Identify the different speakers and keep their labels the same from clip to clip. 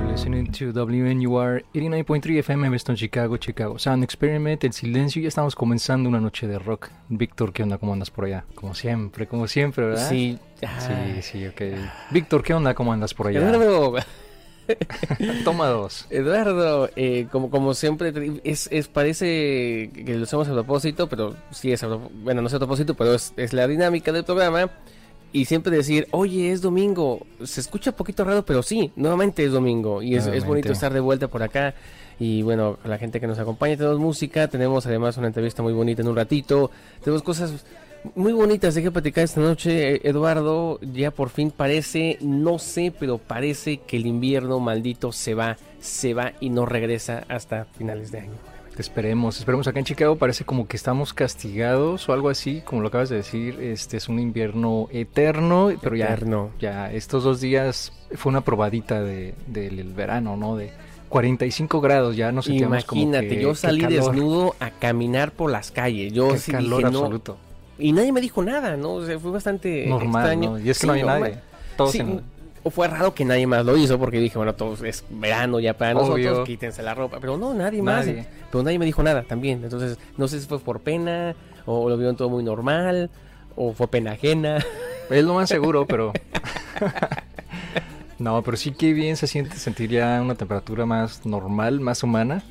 Speaker 1: to WNUR 89.3 FM Beston, Chicago, Chicago. Sound Experiment, El Silencio, y ya estamos comenzando una noche de rock. Víctor, ¿qué onda? ¿Cómo andas por allá? Como siempre, como siempre, ¿verdad?
Speaker 2: Sí.
Speaker 1: Sí, sí, ok. Víctor, ¿qué onda? ¿Cómo andas por allá?
Speaker 2: Eduardo,
Speaker 1: Toma dos.
Speaker 2: Eduardo, eh, como, como siempre, te- es, es- parece que lo hacemos a propósito, pero sí es a propósito, bueno, no es a propósito, pero es, es la dinámica del programa. Y siempre decir, oye, es domingo, se escucha un poquito raro, pero sí, nuevamente es domingo. Y es, es
Speaker 1: Nuevamente.
Speaker 2: bonito estar de vuelta por acá. Y bueno, la gente que nos acompaña, tenemos música, tenemos además una entrevista muy bonita en un ratito, tenemos cosas muy bonitas de que platicar esta noche, eh, Eduardo. Ya por fin parece, no sé, pero parece que el invierno maldito se va, se va y no regresa hasta finales de año.
Speaker 1: Esperemos, esperemos. Acá en Chicago parece como que estamos castigados o algo así, como lo acabas de decir. Este es un invierno eterno, pero ya,
Speaker 2: Eterno.
Speaker 1: ya estos dos días fue una probadita de- del verano, ¿no? De 45 grados, ya nos sentíamos
Speaker 2: Imagínate,
Speaker 1: como que,
Speaker 2: yo
Speaker 1: qué
Speaker 2: salí
Speaker 1: calor,
Speaker 2: desnudo a caminar por las calles. Yo
Speaker 1: qué
Speaker 2: sí dije,
Speaker 1: calor
Speaker 2: no.
Speaker 1: absoluto,
Speaker 2: Y nadie me dijo nada, ¿no? O sea, fue bastante
Speaker 1: normal,
Speaker 2: extraño.
Speaker 1: ¿no? Y es que
Speaker 2: Sí,
Speaker 1: no había
Speaker 2: normal.
Speaker 1: nadie, todos
Speaker 2: Sí,
Speaker 1: en-
Speaker 2: o fue raro que nadie más lo hizo porque dije, bueno, todos es verano ya para
Speaker 1: Obvio.
Speaker 2: nosotros, quítense la ropa, pero no, nadie,
Speaker 1: Nadie.
Speaker 2: más. Pero nadie me dijo nada también, entonces no sé si fue por pena o lo vieron todo muy normal o fue pena ajena.
Speaker 1: es lo más seguro, pero... No, pero sí que bien se siente sentir ya una temperatura más normal, más humana.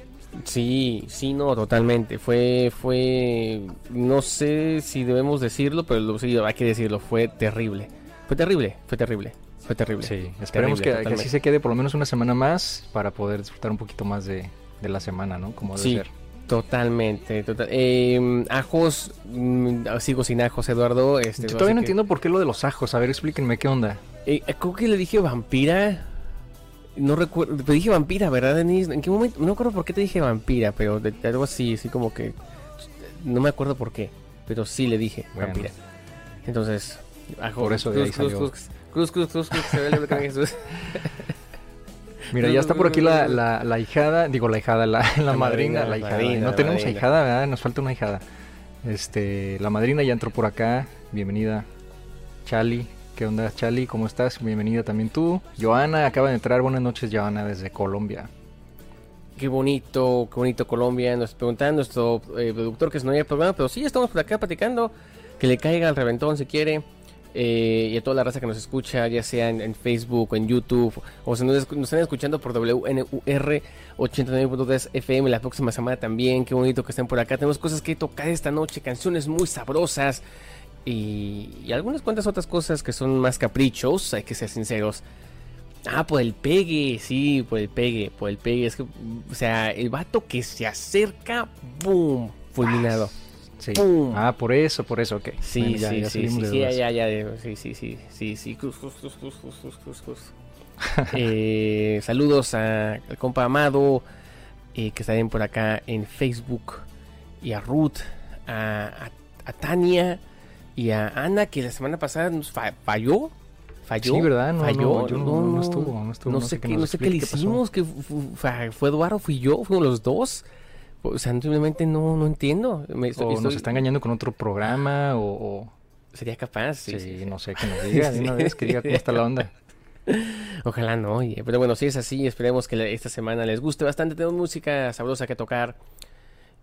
Speaker 2: Sí, sí, no, totalmente. Fue, fue, no sé si debemos decirlo, pero lo, sí, hay que decirlo, fue terrible. Fue terrible, fue terrible, fue terrible.
Speaker 1: Sí, esperemos
Speaker 2: Terrible,
Speaker 1: que- que,
Speaker 2: totalmente.
Speaker 1: así se quede por lo menos una semana más para poder disfrutar un poquito más de, de la semana, ¿no? Como debe
Speaker 2: Sí.
Speaker 1: ser.
Speaker 2: Totalmente, total. eh, ajos, mm, sigo sin ajos, Eduardo. Este,
Speaker 1: Yo
Speaker 2: así
Speaker 1: todavía no
Speaker 2: que-
Speaker 1: entiendo por qué lo de los ajos. A ver, explíquenme qué onda.
Speaker 2: Eh, creo que le dije vampira. No recuerdo. Te dije vampira, ¿verdad, Denise? ¿En qué momento? No me acuerdo por qué te dije vampira, pero de, de algo así, así como que. No me acuerdo por qué, pero sí le dije
Speaker 1: Bueno.
Speaker 2: vampira. Entonces. ajo,
Speaker 1: Por eso de ahí salió.
Speaker 2: cruz, cruz, cruz, cruz, cruz, se ve el nombre de Jesús.
Speaker 1: Mira, ya está por aquí la, la, la hijada, digo la hijada, la, la
Speaker 2: La
Speaker 1: madrina,
Speaker 2: madrina,
Speaker 1: la
Speaker 2: la
Speaker 1: hijada.
Speaker 2: madrina,
Speaker 1: no
Speaker 2: la
Speaker 1: tenemos
Speaker 2: madrina.
Speaker 1: hijada, ¿verdad? Nos falta una hijada. Este, la madrina ya entró por acá. Bienvenida, Chali. ¿Qué onda, Chali? ¿Cómo estás? Bienvenida también tú. Joana acaba de entrar. Buenas noches, Joana, desde Colombia.
Speaker 2: Qué bonito, qué bonito Colombia. Nos preguntan nuestro eh, productor que se no haya programa, pero sí estamos por acá platicando. Que le caiga al reventón si quiere. eh, y a toda la raza que nos escucha, ya sea en, en Facebook o en YouTube, o si nos, esc- nos están escuchando por WNUR 89.3 FM la próxima semana también. Qué bonito que estén por acá. Tenemos cosas que tocar esta noche, canciones muy sabrosas y, y algunas cuantas otras cosas que son más caprichos, hay que ser sinceros. Ah, por el pegue, sí, por el pegue, por el pegue. Es que, o sea, el vato que se acerca, ¡boom! Fulminado.
Speaker 1: Sí.
Speaker 2: ¡Pum!
Speaker 1: Ah, por eso, por eso, ok.
Speaker 2: Sí,
Speaker 1: Bueno, ya-
Speaker 2: sí,
Speaker 1: ya
Speaker 2: sí,
Speaker 1: salimos
Speaker 2: sí,
Speaker 1: de
Speaker 2: sí, ya,
Speaker 1: dudas.
Speaker 2: ya, ya, sí, sí, sí, sí, sí, cruz, cruz, cruz, cruz, cruz, cruz, cruz, cruz. Eh, saludos a- al compa Amado, eh, que está bien por acá en Facebook, y a Ruth, a, a- a Tania y a Ana, que la semana pasada nos fa- falló, falló,
Speaker 1: Sí, ¿verdad? No,
Speaker 2: falló,
Speaker 1: no, yo no- no estuvo, no estuvo,
Speaker 2: no
Speaker 1: no sé
Speaker 2: sé
Speaker 1: que
Speaker 2: qué,
Speaker 1: nos
Speaker 2: no sé qué le
Speaker 1: explique qué pasó.
Speaker 2: hicimos, que fu- fu- fa- fue Eduardo, fui yo, fuimos los dos, o sea, simplemente no, no entiendo, Me-
Speaker 1: o nos
Speaker 2: estoy-
Speaker 1: está engañando con otro programa o, o-
Speaker 2: sería capaz, sí,
Speaker 1: sí,
Speaker 2: sí, sí.
Speaker 1: no sé que nos diga de una
Speaker 2: Sí.
Speaker 1: vez que diga cómo está la onda
Speaker 2: Ojalá no, oye. Pero bueno, si es así, esperemos que le- esta semana les guste bastante. Tenemos música sabrosa que tocar.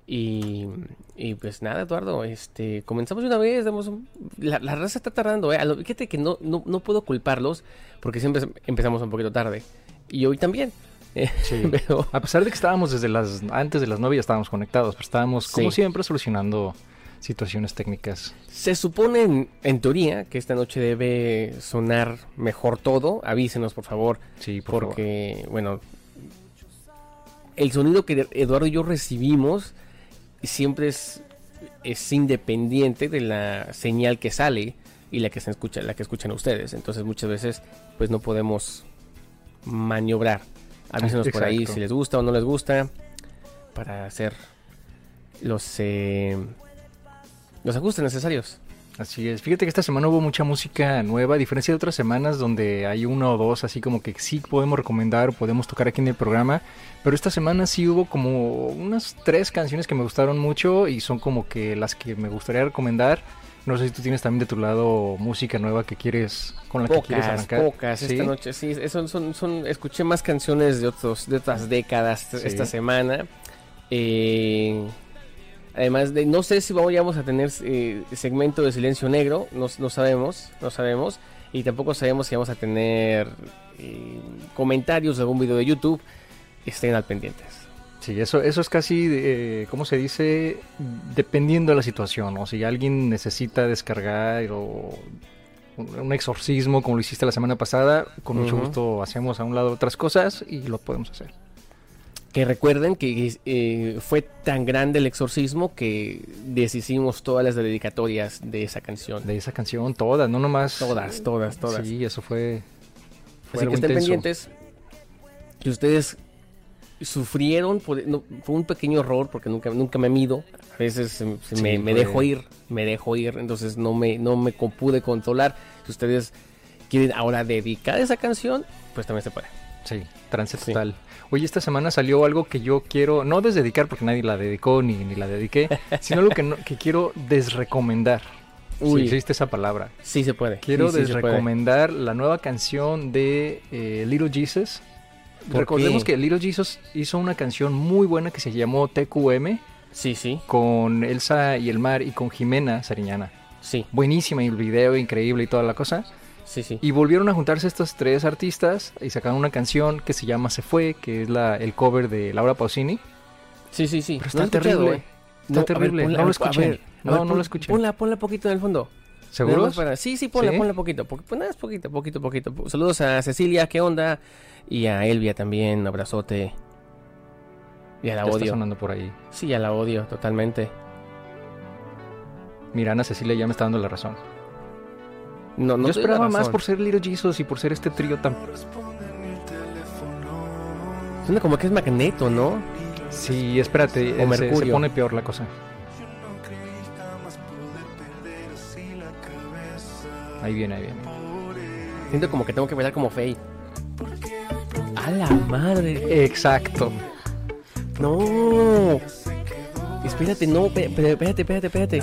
Speaker 2: Y, y pues nada, Eduardo, este, comenzamos de una vez. damos un- la, la raza está tardando, ¿eh? A lo- Fíjate que no, no, no puedo culparlos porque siempre em, empezamos un poquito tarde. Y hoy también. Eh, pero-
Speaker 1: a pesar de que estábamos desde las antes de las novia estábamos conectados pero estábamos como
Speaker 2: Sí.
Speaker 1: siempre solucionando situaciones técnicas
Speaker 2: Se supone, en, en teoría, que esta noche debe sonar mejor todo. Avísenos, por favor.
Speaker 1: sí por favor.
Speaker 2: porque, bueno, el sonido que Eduardo y yo recibimos siempre es, es independiente de la señal que sale y la que se escucha, la que escuchan ustedes. Entonces muchas veces pues no podemos maniobrar. Avísenos por ahí
Speaker 1: Exacto.
Speaker 2: si les gusta o no les gusta para hacer los eh, los ajustes necesarios.
Speaker 1: así es fíjate que esta semana hubo mucha música nueva a diferencia de otras semanas donde hay uno o dos así como que sí podemos recomendar o podemos tocar aquí en el programa pero esta semana sí hubo como unas tres canciones que me gustaron mucho y son como que las que me gustaría recomendar No sé si tú tienes también de tu lado música nueva que quieres, con la que quieres
Speaker 2: Pocas,
Speaker 1: arrancar.
Speaker 2: pocas
Speaker 1: ¿Sí?
Speaker 2: esta noche. Sí, es- son, son, son- escuché más canciones de, otros, de otras décadas
Speaker 1: Sí.
Speaker 2: esta semana. Eh, además, de, no sé si vamos a tener eh, segmento de silencio negro, no, no sabemos, no sabemos. Y tampoco sabemos si vamos a tener eh, comentarios de algún video de YouTube. Estén al pendientes.
Speaker 1: Sí, eso, eso es casi, eh, ¿cómo se dice? Dependiendo de la situación, ¿no? Si alguien necesita descargar o un, un exorcismo como lo hiciste la semana pasada, con mucho
Speaker 2: Ujú.
Speaker 1: gusto hacemos a un lado otras cosas y lo podemos hacer.
Speaker 2: Que recuerden que eh, fue tan grande el exorcismo que deshicimos todas las dedicatorias de esa canción.
Speaker 1: De esa canción, todas, no nomás.
Speaker 2: Todas, todas, todas.
Speaker 1: Sí, eso fue. fue
Speaker 2: Así
Speaker 1: algo
Speaker 2: que
Speaker 1: intenso.
Speaker 2: estén pendientes. Que ustedes sufrieron por, no, fue un pequeño error porque nunca, nunca me mido. A veces se- se
Speaker 1: Sí,
Speaker 2: me, me
Speaker 1: fue-
Speaker 2: dejo ir, me dejo ir, entonces no me, no me co- pude controlar. Si ustedes quieren ahora dedicar esa canción, pues también se puede.
Speaker 1: Sí, trance
Speaker 2: Sí.
Speaker 1: total. Oye, esta semana salió algo que yo quiero, no desdedicar porque nadie la dedicó ni, ni la dediqué, sino algo que, no- que quiero desrecomendar.
Speaker 2: Uy.
Speaker 1: Si existe esa palabra.
Speaker 2: Sí se puede.
Speaker 1: Quiero
Speaker 2: sí, sí se puede.
Speaker 1: desrecomendar la nueva canción de eh, Little Jesus.
Speaker 2: ¿Por
Speaker 1: Recordemos
Speaker 2: qué?
Speaker 1: que Little Jesus hizo una canción muy buena que se llamó TQM
Speaker 2: Sí, sí,
Speaker 1: con Elsa y el mar y con Jimena Sariñana.
Speaker 2: sí,
Speaker 1: Buenísima y el video increíble y toda la cosa.
Speaker 2: sí, sí.
Speaker 1: Y volvieron a juntarse estos tres artistas y sacaron una canción que se llama Se Fue, que es la, el cover de Laura Pausini.
Speaker 2: Sí, sí, sí.
Speaker 1: Pero
Speaker 2: No
Speaker 1: está
Speaker 2: he escuchado,
Speaker 1: terrible.
Speaker 2: ¿eh?
Speaker 1: Está
Speaker 2: No, a ver,
Speaker 1: terrible. no
Speaker 2: ponla,
Speaker 1: lo
Speaker 2: a ver,
Speaker 1: escuché.
Speaker 2: a ver,
Speaker 1: no, no
Speaker 2: pon-
Speaker 1: lo escuché.
Speaker 2: Ponla, ponla poquito en el fondo. Nada
Speaker 1: ¿Seguro?
Speaker 2: más para- Sí, sí, ponla,
Speaker 1: ¿Sí?
Speaker 2: ponla poquito, po- pues nada más poquito, poquito, poquito. Po- Saludos a Cecilia, ¿qué onda? Y a Elvia también, abrazote. Ya la
Speaker 1: Ya está
Speaker 2: odio.
Speaker 1: sonando por ahí.
Speaker 2: Sí, ya la odio, totalmente.
Speaker 1: Mira, Ana Cecilia ya me está dando la razón. Yo
Speaker 2: No, no te doy la
Speaker 1: esperaba más
Speaker 2: razón.
Speaker 1: por ser Little Jesus y por ser este trío tan...
Speaker 2: Suena como que es magneto, ¿no?
Speaker 1: Sí, espérate,
Speaker 2: O
Speaker 1: eh, se- se,
Speaker 2: Mercurio.
Speaker 1: pone peor la cosa. Ahí viene, ahí viene.
Speaker 2: Siento como que tengo que bailar como Faye. A la madre.
Speaker 1: Exacto.
Speaker 2: No. Espérate, no, pe- pe- espérate, espérate, espérate.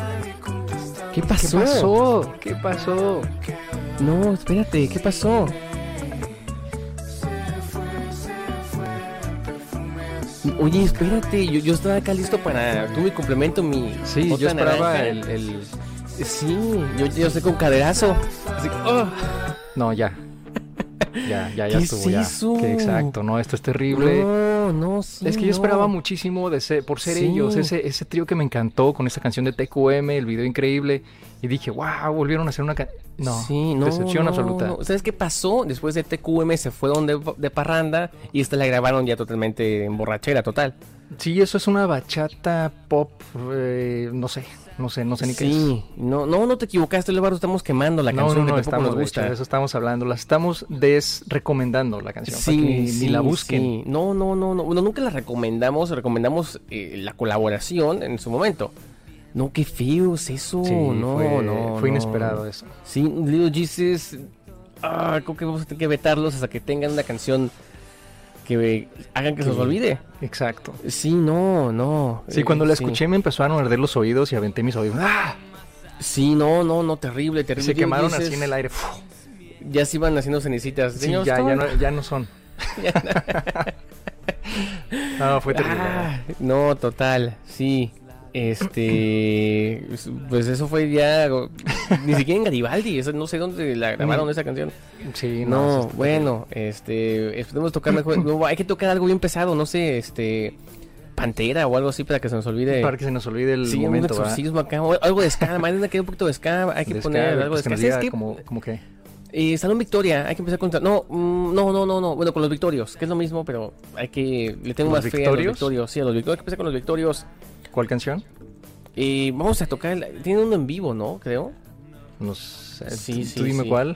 Speaker 2: ¿Qué
Speaker 1: ¿Qué
Speaker 2: pasó?
Speaker 1: pasó? ¿Qué pasó?
Speaker 2: No, espérate, ¿qué pasó? Oye, espérate, yo, yo estaba acá listo para. Tú me complemento mi.
Speaker 1: Sí,
Speaker 2: bota
Speaker 1: yo esperaba
Speaker 2: naranja.
Speaker 1: el, el-
Speaker 2: Sí, yo, yo sé con caderazo. Así que, ¡oh!
Speaker 1: No, ya. Ya, ya, ya
Speaker 2: ¿Qué
Speaker 1: estuvo,
Speaker 2: es
Speaker 1: ya.
Speaker 2: eso?
Speaker 1: Que exacto, no, esto es terrible.
Speaker 2: No, no, sí.
Speaker 1: es que yo
Speaker 2: no.
Speaker 1: esperaba muchísimo de ser- por ser
Speaker 2: Sí.
Speaker 1: ellos, ese, ese trío que me encantó con esta canción de TQM, el video increíble. Y dije, wow, volvieron a hacer una canción. No,
Speaker 2: Sí, no,
Speaker 1: decepción
Speaker 2: no,
Speaker 1: absoluta.
Speaker 2: no. ¿Sabes qué pasó? Después de TQM se fueron de, de parranda y esta la grabaron ya totalmente en borrachera, total.
Speaker 1: Sí, eso es una bachata pop, eh, no sé, no sé, no sé ni qué es.
Speaker 2: Sí, no, no, no te equivocaste, Álvaro, estamos quemando la
Speaker 1: no,
Speaker 2: canción
Speaker 1: no,
Speaker 2: que
Speaker 1: no,
Speaker 2: tampoco
Speaker 1: estamos,
Speaker 2: nos
Speaker 1: de hecho,
Speaker 2: gusta.
Speaker 1: de eso estamos hablando, la estamos desrecomendando la canción, para que ni, ni la busquen.
Speaker 2: sí. No, no, no, no. Bueno, nunca la recomendamos, recomendamos eh, la colaboración en su momento. No, qué feo es eso.
Speaker 1: Sí,
Speaker 2: Uh, no,
Speaker 1: fue,
Speaker 2: no.
Speaker 1: fue
Speaker 2: no.
Speaker 1: inesperado eso.
Speaker 2: Sí, Little Jesus. Ah, creo que vamos a tener que vetarlos hasta que tengan una canción que eh, hagan que se nos
Speaker 1: Sí.
Speaker 2: olvide.
Speaker 1: Exacto.
Speaker 2: Sí, no, no.
Speaker 1: Sí,
Speaker 2: eh,
Speaker 1: cuando la escuché me empezaron a arder los oídos y aventé mis oídos. ¡Ah!
Speaker 2: Sí, no, no, no, terrible, terrible.
Speaker 1: Se
Speaker 2: Little
Speaker 1: quemaron
Speaker 2: Jesus,
Speaker 1: así en el aire. ¡Fu!
Speaker 2: pues, Ya se iban haciendo cenicitas.
Speaker 1: Sí,
Speaker 2: Señor
Speaker 1: ya, ya,
Speaker 2: Stone.
Speaker 1: no, ya no son. no, fue terrible.
Speaker 2: Ah, no, total, sí. Este, pues eso fue ya, ni siquiera en Garibaldi, eso no sé dónde la grabaron esa canción.
Speaker 1: Sí, no.
Speaker 2: No, bueno, este, esperemos tocar mejor, no, hay que tocar algo bien pesado, no sé, este, Pantera o algo así para que se nos olvide.
Speaker 1: Para que se nos olvide el
Speaker 2: Sí, un
Speaker 1: momento, ¿verdad?
Speaker 2: exorcismo acá, o algo de ska, mañana queda un poquito de ska, hay que
Speaker 1: De
Speaker 2: poner
Speaker 1: ska,
Speaker 2: algo
Speaker 1: pues,
Speaker 2: de
Speaker 1: que
Speaker 2: ska.
Speaker 1: nos diga
Speaker 2: ¿Sabes qué?
Speaker 1: como- como que.
Speaker 2: Eh, Salón Victoria, hay que empezar con... No, mm, no, no, no, no. Bueno, con los Victorios, que es lo mismo, pero hay que... Le tengo
Speaker 1: ¿Los
Speaker 2: más fe a
Speaker 1: Victorios?
Speaker 2: los Victorios. Sí, a los Victorios. Hay que empezar con los Victorios.
Speaker 1: ¿Cuál canción?
Speaker 2: Eh, vamos a tocar... el- Tiene uno en vivo, ¿no? Creo.
Speaker 1: No sé,
Speaker 2: Sí,
Speaker 1: tú-
Speaker 2: sí,
Speaker 1: tú dime
Speaker 2: sí.
Speaker 1: cuál. Y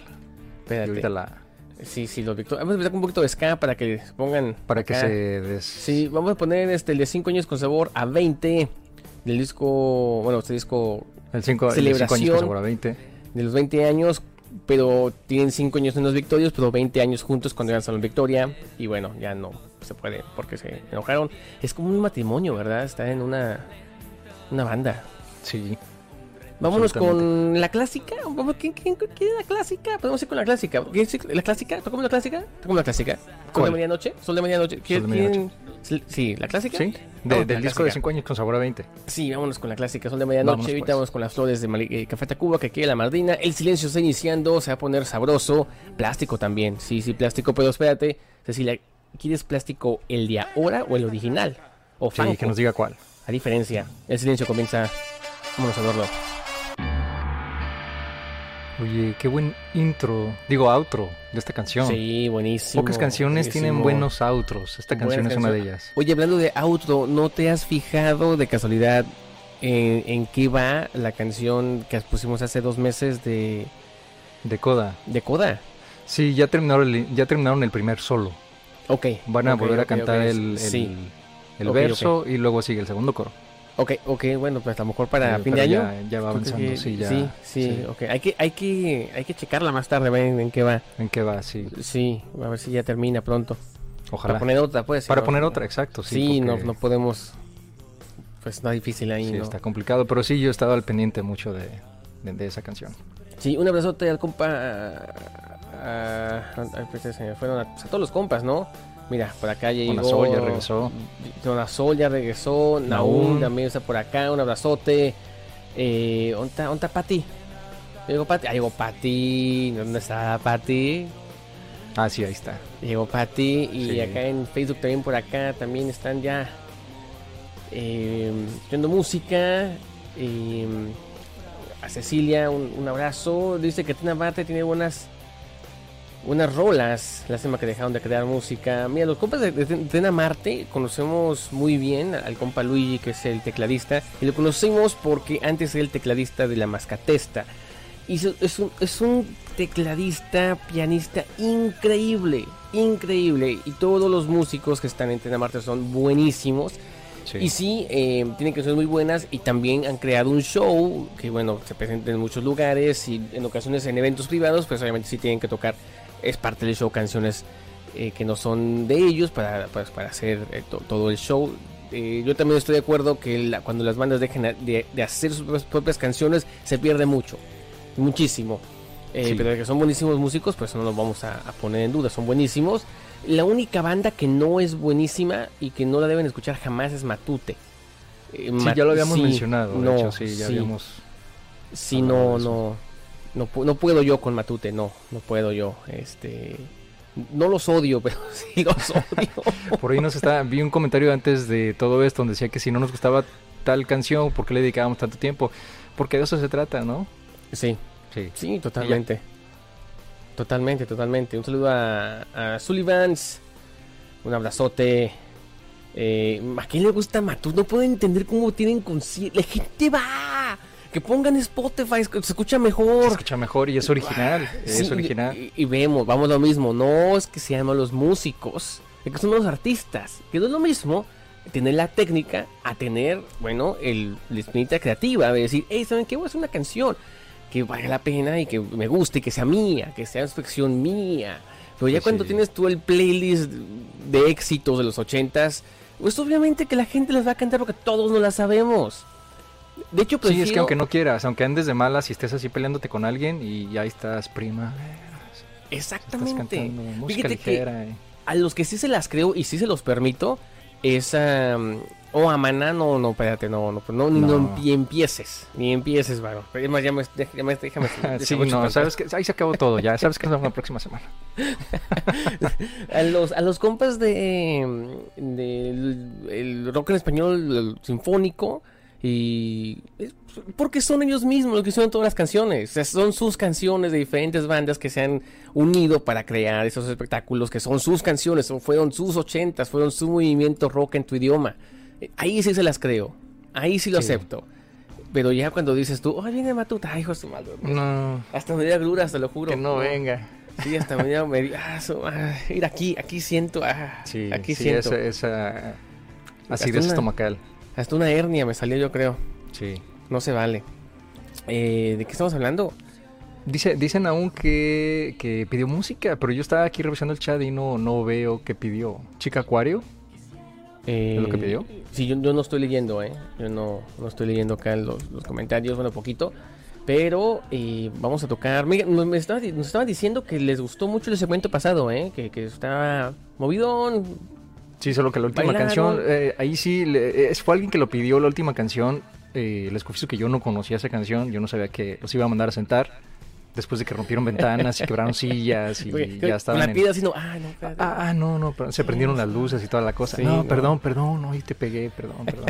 Speaker 2: Espérate.
Speaker 1: ahorita la.
Speaker 2: Sí, sí, los Victorios. Vamos a empezar con un poquito de ska para que pongan...
Speaker 1: Para que
Speaker 2: acá.
Speaker 1: se des.
Speaker 2: Ah, Sí, vamos a poner este, el de 5 años con sabor a 20 del disco... Bueno, este disco
Speaker 1: El 5 años con
Speaker 2: Celebración.
Speaker 1: sabor a 20.
Speaker 2: de los 20 años, pero tienen 5 años en los Victorios, pero 20 años juntos cuando eran Salón Victoria. Y bueno, ya no se puede porque se enojaron. Es como un matrimonio, ¿verdad? Está en una, una banda.
Speaker 1: Sí.
Speaker 2: Vámonos con la clásica. Vamos, ¿Quién, quién, quién es la clásica? Podemos ir con la clásica. ¿Quién es ¿La clásica? ¿Tocamos la clásica? ¿Tocamos la clásica? ¿Sol de
Speaker 1: ¿Cuál?
Speaker 2: medianoche? ¿Sol de medianoche? ¿Quién,
Speaker 1: Sol de medianoche.
Speaker 2: quién- Sí, ¿la clásica?
Speaker 1: Sí, de-
Speaker 2: Vamos con
Speaker 1: del
Speaker 2: la
Speaker 1: disco de
Speaker 2: clásica.
Speaker 1: 5 años con sabor a 20.
Speaker 2: Sí, vámonos con la clásica. Sol de medianoche.
Speaker 1: Vámonos,
Speaker 2: Ahorita
Speaker 1: pues.
Speaker 2: vamos con las flores de Mali- eh, Café Tacuba, que aquí la Mardina. El silencio está iniciando, se va a poner sabroso. Plástico también. Sí, sí, plástico, pero espérate. Cecilia, ¿quieres plástico el de ahora o el original? O
Speaker 1: Sí,
Speaker 2: Funko?
Speaker 1: que nos diga cuál.
Speaker 2: A diferencia, el silencio comienza. Vámonos a verlo.
Speaker 1: Oye, qué buen intro, digo outro de esta canción.
Speaker 2: Sí, buenísimo.
Speaker 1: Pocas canciones tienen
Speaker 2: buenísimo.
Speaker 1: buenos outros. Esta
Speaker 2: Buena
Speaker 1: canción es una de
Speaker 2: canción.
Speaker 1: ellas.
Speaker 2: Oye, hablando de auto, ¿no te has fijado de casualidad en, en qué va la canción que pusimos hace dos meses de,
Speaker 1: De Coda.
Speaker 2: de Coda?
Speaker 1: Sí, ya terminaron el, ya terminaron el primer solo.
Speaker 2: Ok.
Speaker 1: Van a
Speaker 2: ok,
Speaker 1: volver a
Speaker 2: ok,
Speaker 1: cantar
Speaker 2: ok,
Speaker 1: el, el-
Speaker 2: Sí.
Speaker 1: el
Speaker 2: Ok,
Speaker 1: verso y luego sigue el segundo coro.
Speaker 2: Ok, ok, bueno, pues a lo mejor para
Speaker 1: Eh,
Speaker 2: fin de
Speaker 1: pero
Speaker 2: año.
Speaker 1: Ya, ya va avanzando,
Speaker 2: Creo que-
Speaker 1: sí, ya.
Speaker 2: sí, sí, ok. Hay que, hay, que, hay que checarla más tarde, ven en qué va.
Speaker 1: ¿En qué va? Sí,
Speaker 2: Sí, a ver si ya termina pronto.
Speaker 1: ojalá.
Speaker 2: Para poner otra, pues.
Speaker 1: Para
Speaker 2: ¿no?
Speaker 1: poner otra, exacto. Sí,
Speaker 2: Sí, no,
Speaker 1: porque
Speaker 2: no podemos. Pues está difícil ahí,
Speaker 1: sí,
Speaker 2: ¿no?
Speaker 1: está complicado, pero sí, yo he estado al pendiente mucho de, de- de esa canción.
Speaker 2: Sí, un abrazote al compa. A, a- ay, pues, se me fueron a, pues, a todos los compas, ¿no? Mira, por acá ya llegó.
Speaker 1: Bonazol ya regresó.
Speaker 2: Donazol ya regresó. Naúl
Speaker 1: Naúl.
Speaker 2: también está por acá. Un abrazote. Eh, ¿Onta, onta Pati? Llegó Pati. Ah, llegó Pati. ¿Dónde está Pati?
Speaker 1: Ah, sí, ahí está.
Speaker 2: Llegó Pati. Y
Speaker 1: Sí.
Speaker 2: acá en Facebook también por acá también están ya. Eh, escuchando música. eh, a Cecilia un, un abrazo. Dice que Tina Bate tiene buenas unas rolas. Lástima que dejaron de crear música. Mira, los compas de, de Tena Marte conocemos muy bien al compa Luigi, que es el tecladista. Y lo conocimos porque antes era el tecladista de la Mascatesta. Y so- es un, es un tecladista, pianista increíble, increíble. Y todos los músicos que están en Tena Marte son buenísimos.
Speaker 1: Sí.
Speaker 2: Y sí, eh, tienen canciones muy buenas y también han creado un show que, bueno, se presenta en muchos lugares y en ocasiones en eventos privados, pues obviamente sí tienen que tocar, es parte del show, canciones eh, que no son de ellos para, pues, para hacer eh, to- todo el show. Eh, yo también estoy de acuerdo que la- cuando las bandas dejan de, de hacer sus propias- propias canciones se pierde mucho, muchísimo. Eh,
Speaker 1: Sí.
Speaker 2: Pero de que son buenísimos músicos, pues no los vamos a, a poner en duda, son buenísimos. La única banda que no es buenísima y que no la deben escuchar jamás es Matute. Eh,
Speaker 1: Sí,
Speaker 2: Ma-
Speaker 1: ya lo habíamos
Speaker 2: sí,
Speaker 1: mencionado, de
Speaker 2: no,
Speaker 1: hecho, sí, ya habíamos...
Speaker 2: sí,
Speaker 1: hablado
Speaker 2: no,
Speaker 1: de eso.
Speaker 2: no, no, pu- no puedo yo con Matute, no, no puedo yo, este, no los odio, pero sí los odio.
Speaker 1: Por ahí nos está... Vi un comentario antes de todo esto donde decía que si no nos gustaba tal canción, ¿por qué le dedicábamos tanto tiempo? Porque de eso se trata, ¿no?
Speaker 2: sí,
Speaker 1: Sí.
Speaker 2: sí, totalmente, totalmente, totalmente. Un saludo a, a Sullivans, un abrazote. Eh, ¿A quién le gusta Matute? No puedo entender cómo tienen conciencia. La gente va. Que pongan Spotify, se escucha
Speaker 1: Se
Speaker 2: mejor.
Speaker 1: escucha mejor y es original.
Speaker 2: Sí,
Speaker 1: es
Speaker 2: y-
Speaker 1: original.
Speaker 2: Y, y vemos, vamos lo mismo. No es que sean malos músicos, es que son los artistas. Que no es lo mismo tener la técnica a tener, bueno, el, la espinita creativa de decir, hey, ¿saben qué? Voy a hacer una canción que valga la pena y que me guste, y que sea mía, que sea inspección mía. Pero ya
Speaker 1: Pues
Speaker 2: cuando
Speaker 1: sí.
Speaker 2: tienes tú el playlist de éxitos de los ochentas, pues obviamente que la gente las va a cantar porque todos no las sabemos. De hecho,
Speaker 1: Sí,
Speaker 2: prefiero...
Speaker 1: es que aunque no quieras, aunque andes de malas y estés así peleándote con alguien y ya estás prima, estás
Speaker 2: Exactamente.
Speaker 1: cantando música
Speaker 2: Fíjate que
Speaker 1: ligera. eh.
Speaker 2: A los que sí se las creo y sí se los permito, es a. o a Maná, no, no, espérate, no, no, no, ni,
Speaker 1: No.
Speaker 2: no empie- empieces, ni empieces, varo. Es más, ya me, ya- ya me- déjame. déjame
Speaker 1: Ah, Sí,
Speaker 2: chupantar.
Speaker 1: no, sabes que ahí se acabó todo, ya sabes que nos vemos la próxima semana.
Speaker 2: A los, a los compas de, del- el rock en español el sinfónico, y. es porque son ellos mismos los que hicieron todas las canciones. O sea, son sus canciones de diferentes bandas que se han unido para crear esos espectáculos que son sus canciones, son- fueron sus ochentas, fueron su movimiento rock en tu idioma. Eh, Ahí sí se las creo, ahí sí lo
Speaker 1: Sí.
Speaker 2: acepto. Pero ya cuando dices tú, ay, viene Matuta, ay, hijo de su madre.
Speaker 1: No,
Speaker 2: Hasta me dio agruras, te lo juro.
Speaker 1: que no eh. venga.
Speaker 2: Sí, hasta me dio, me di- ah, su- ah, mira aquí, aquí siento, ah,
Speaker 1: Sí,
Speaker 2: aquí
Speaker 1: sí,
Speaker 2: siento.
Speaker 1: esa, esa
Speaker 2: Hasta
Speaker 1: acidez
Speaker 2: una-
Speaker 1: estomacal.
Speaker 2: Hasta una hernia me salió, yo creo.
Speaker 1: Sí.
Speaker 2: No se vale. Eh, ¿De qué estamos hablando?
Speaker 1: Dice, dicen aún que, que pidió música, pero yo estaba aquí revisando el chat y no, no veo que pidió. Chica Acuario,
Speaker 2: Eh,
Speaker 1: ¿Es lo que pidió?
Speaker 2: Sí, yo, yo no estoy leyendo, ¿eh? Yo no, no estoy leyendo acá los, los comentarios, bueno, poquito. Pero eh, vamos a tocar. Mira, nos, me estaba di- nos estaban diciendo que les gustó mucho el segmento pasado, ¿eh? Que, que estaba movidón.
Speaker 1: Sí, solo que la última
Speaker 2: Bailaron.
Speaker 1: canción, eh, ahí sí, le- eh, fue alguien que lo pidió la última canción. Eh, les confieso que yo no conocía esa canción, yo no sabía que los iba a mandar a sentar después de que rompieron ventanas y quebraron sillas y
Speaker 2: Porque-
Speaker 1: ya
Speaker 2: con
Speaker 1: estaban.
Speaker 2: la
Speaker 1: en-
Speaker 2: piedra así, no. Ah, no, espérate.
Speaker 1: Ah, ah, no, no, pero se prendieron las luces y toda la cosa.
Speaker 2: Sí,
Speaker 1: no,
Speaker 2: no.
Speaker 1: perdón, perdón, no, ahí te pegué, perdón, perdón.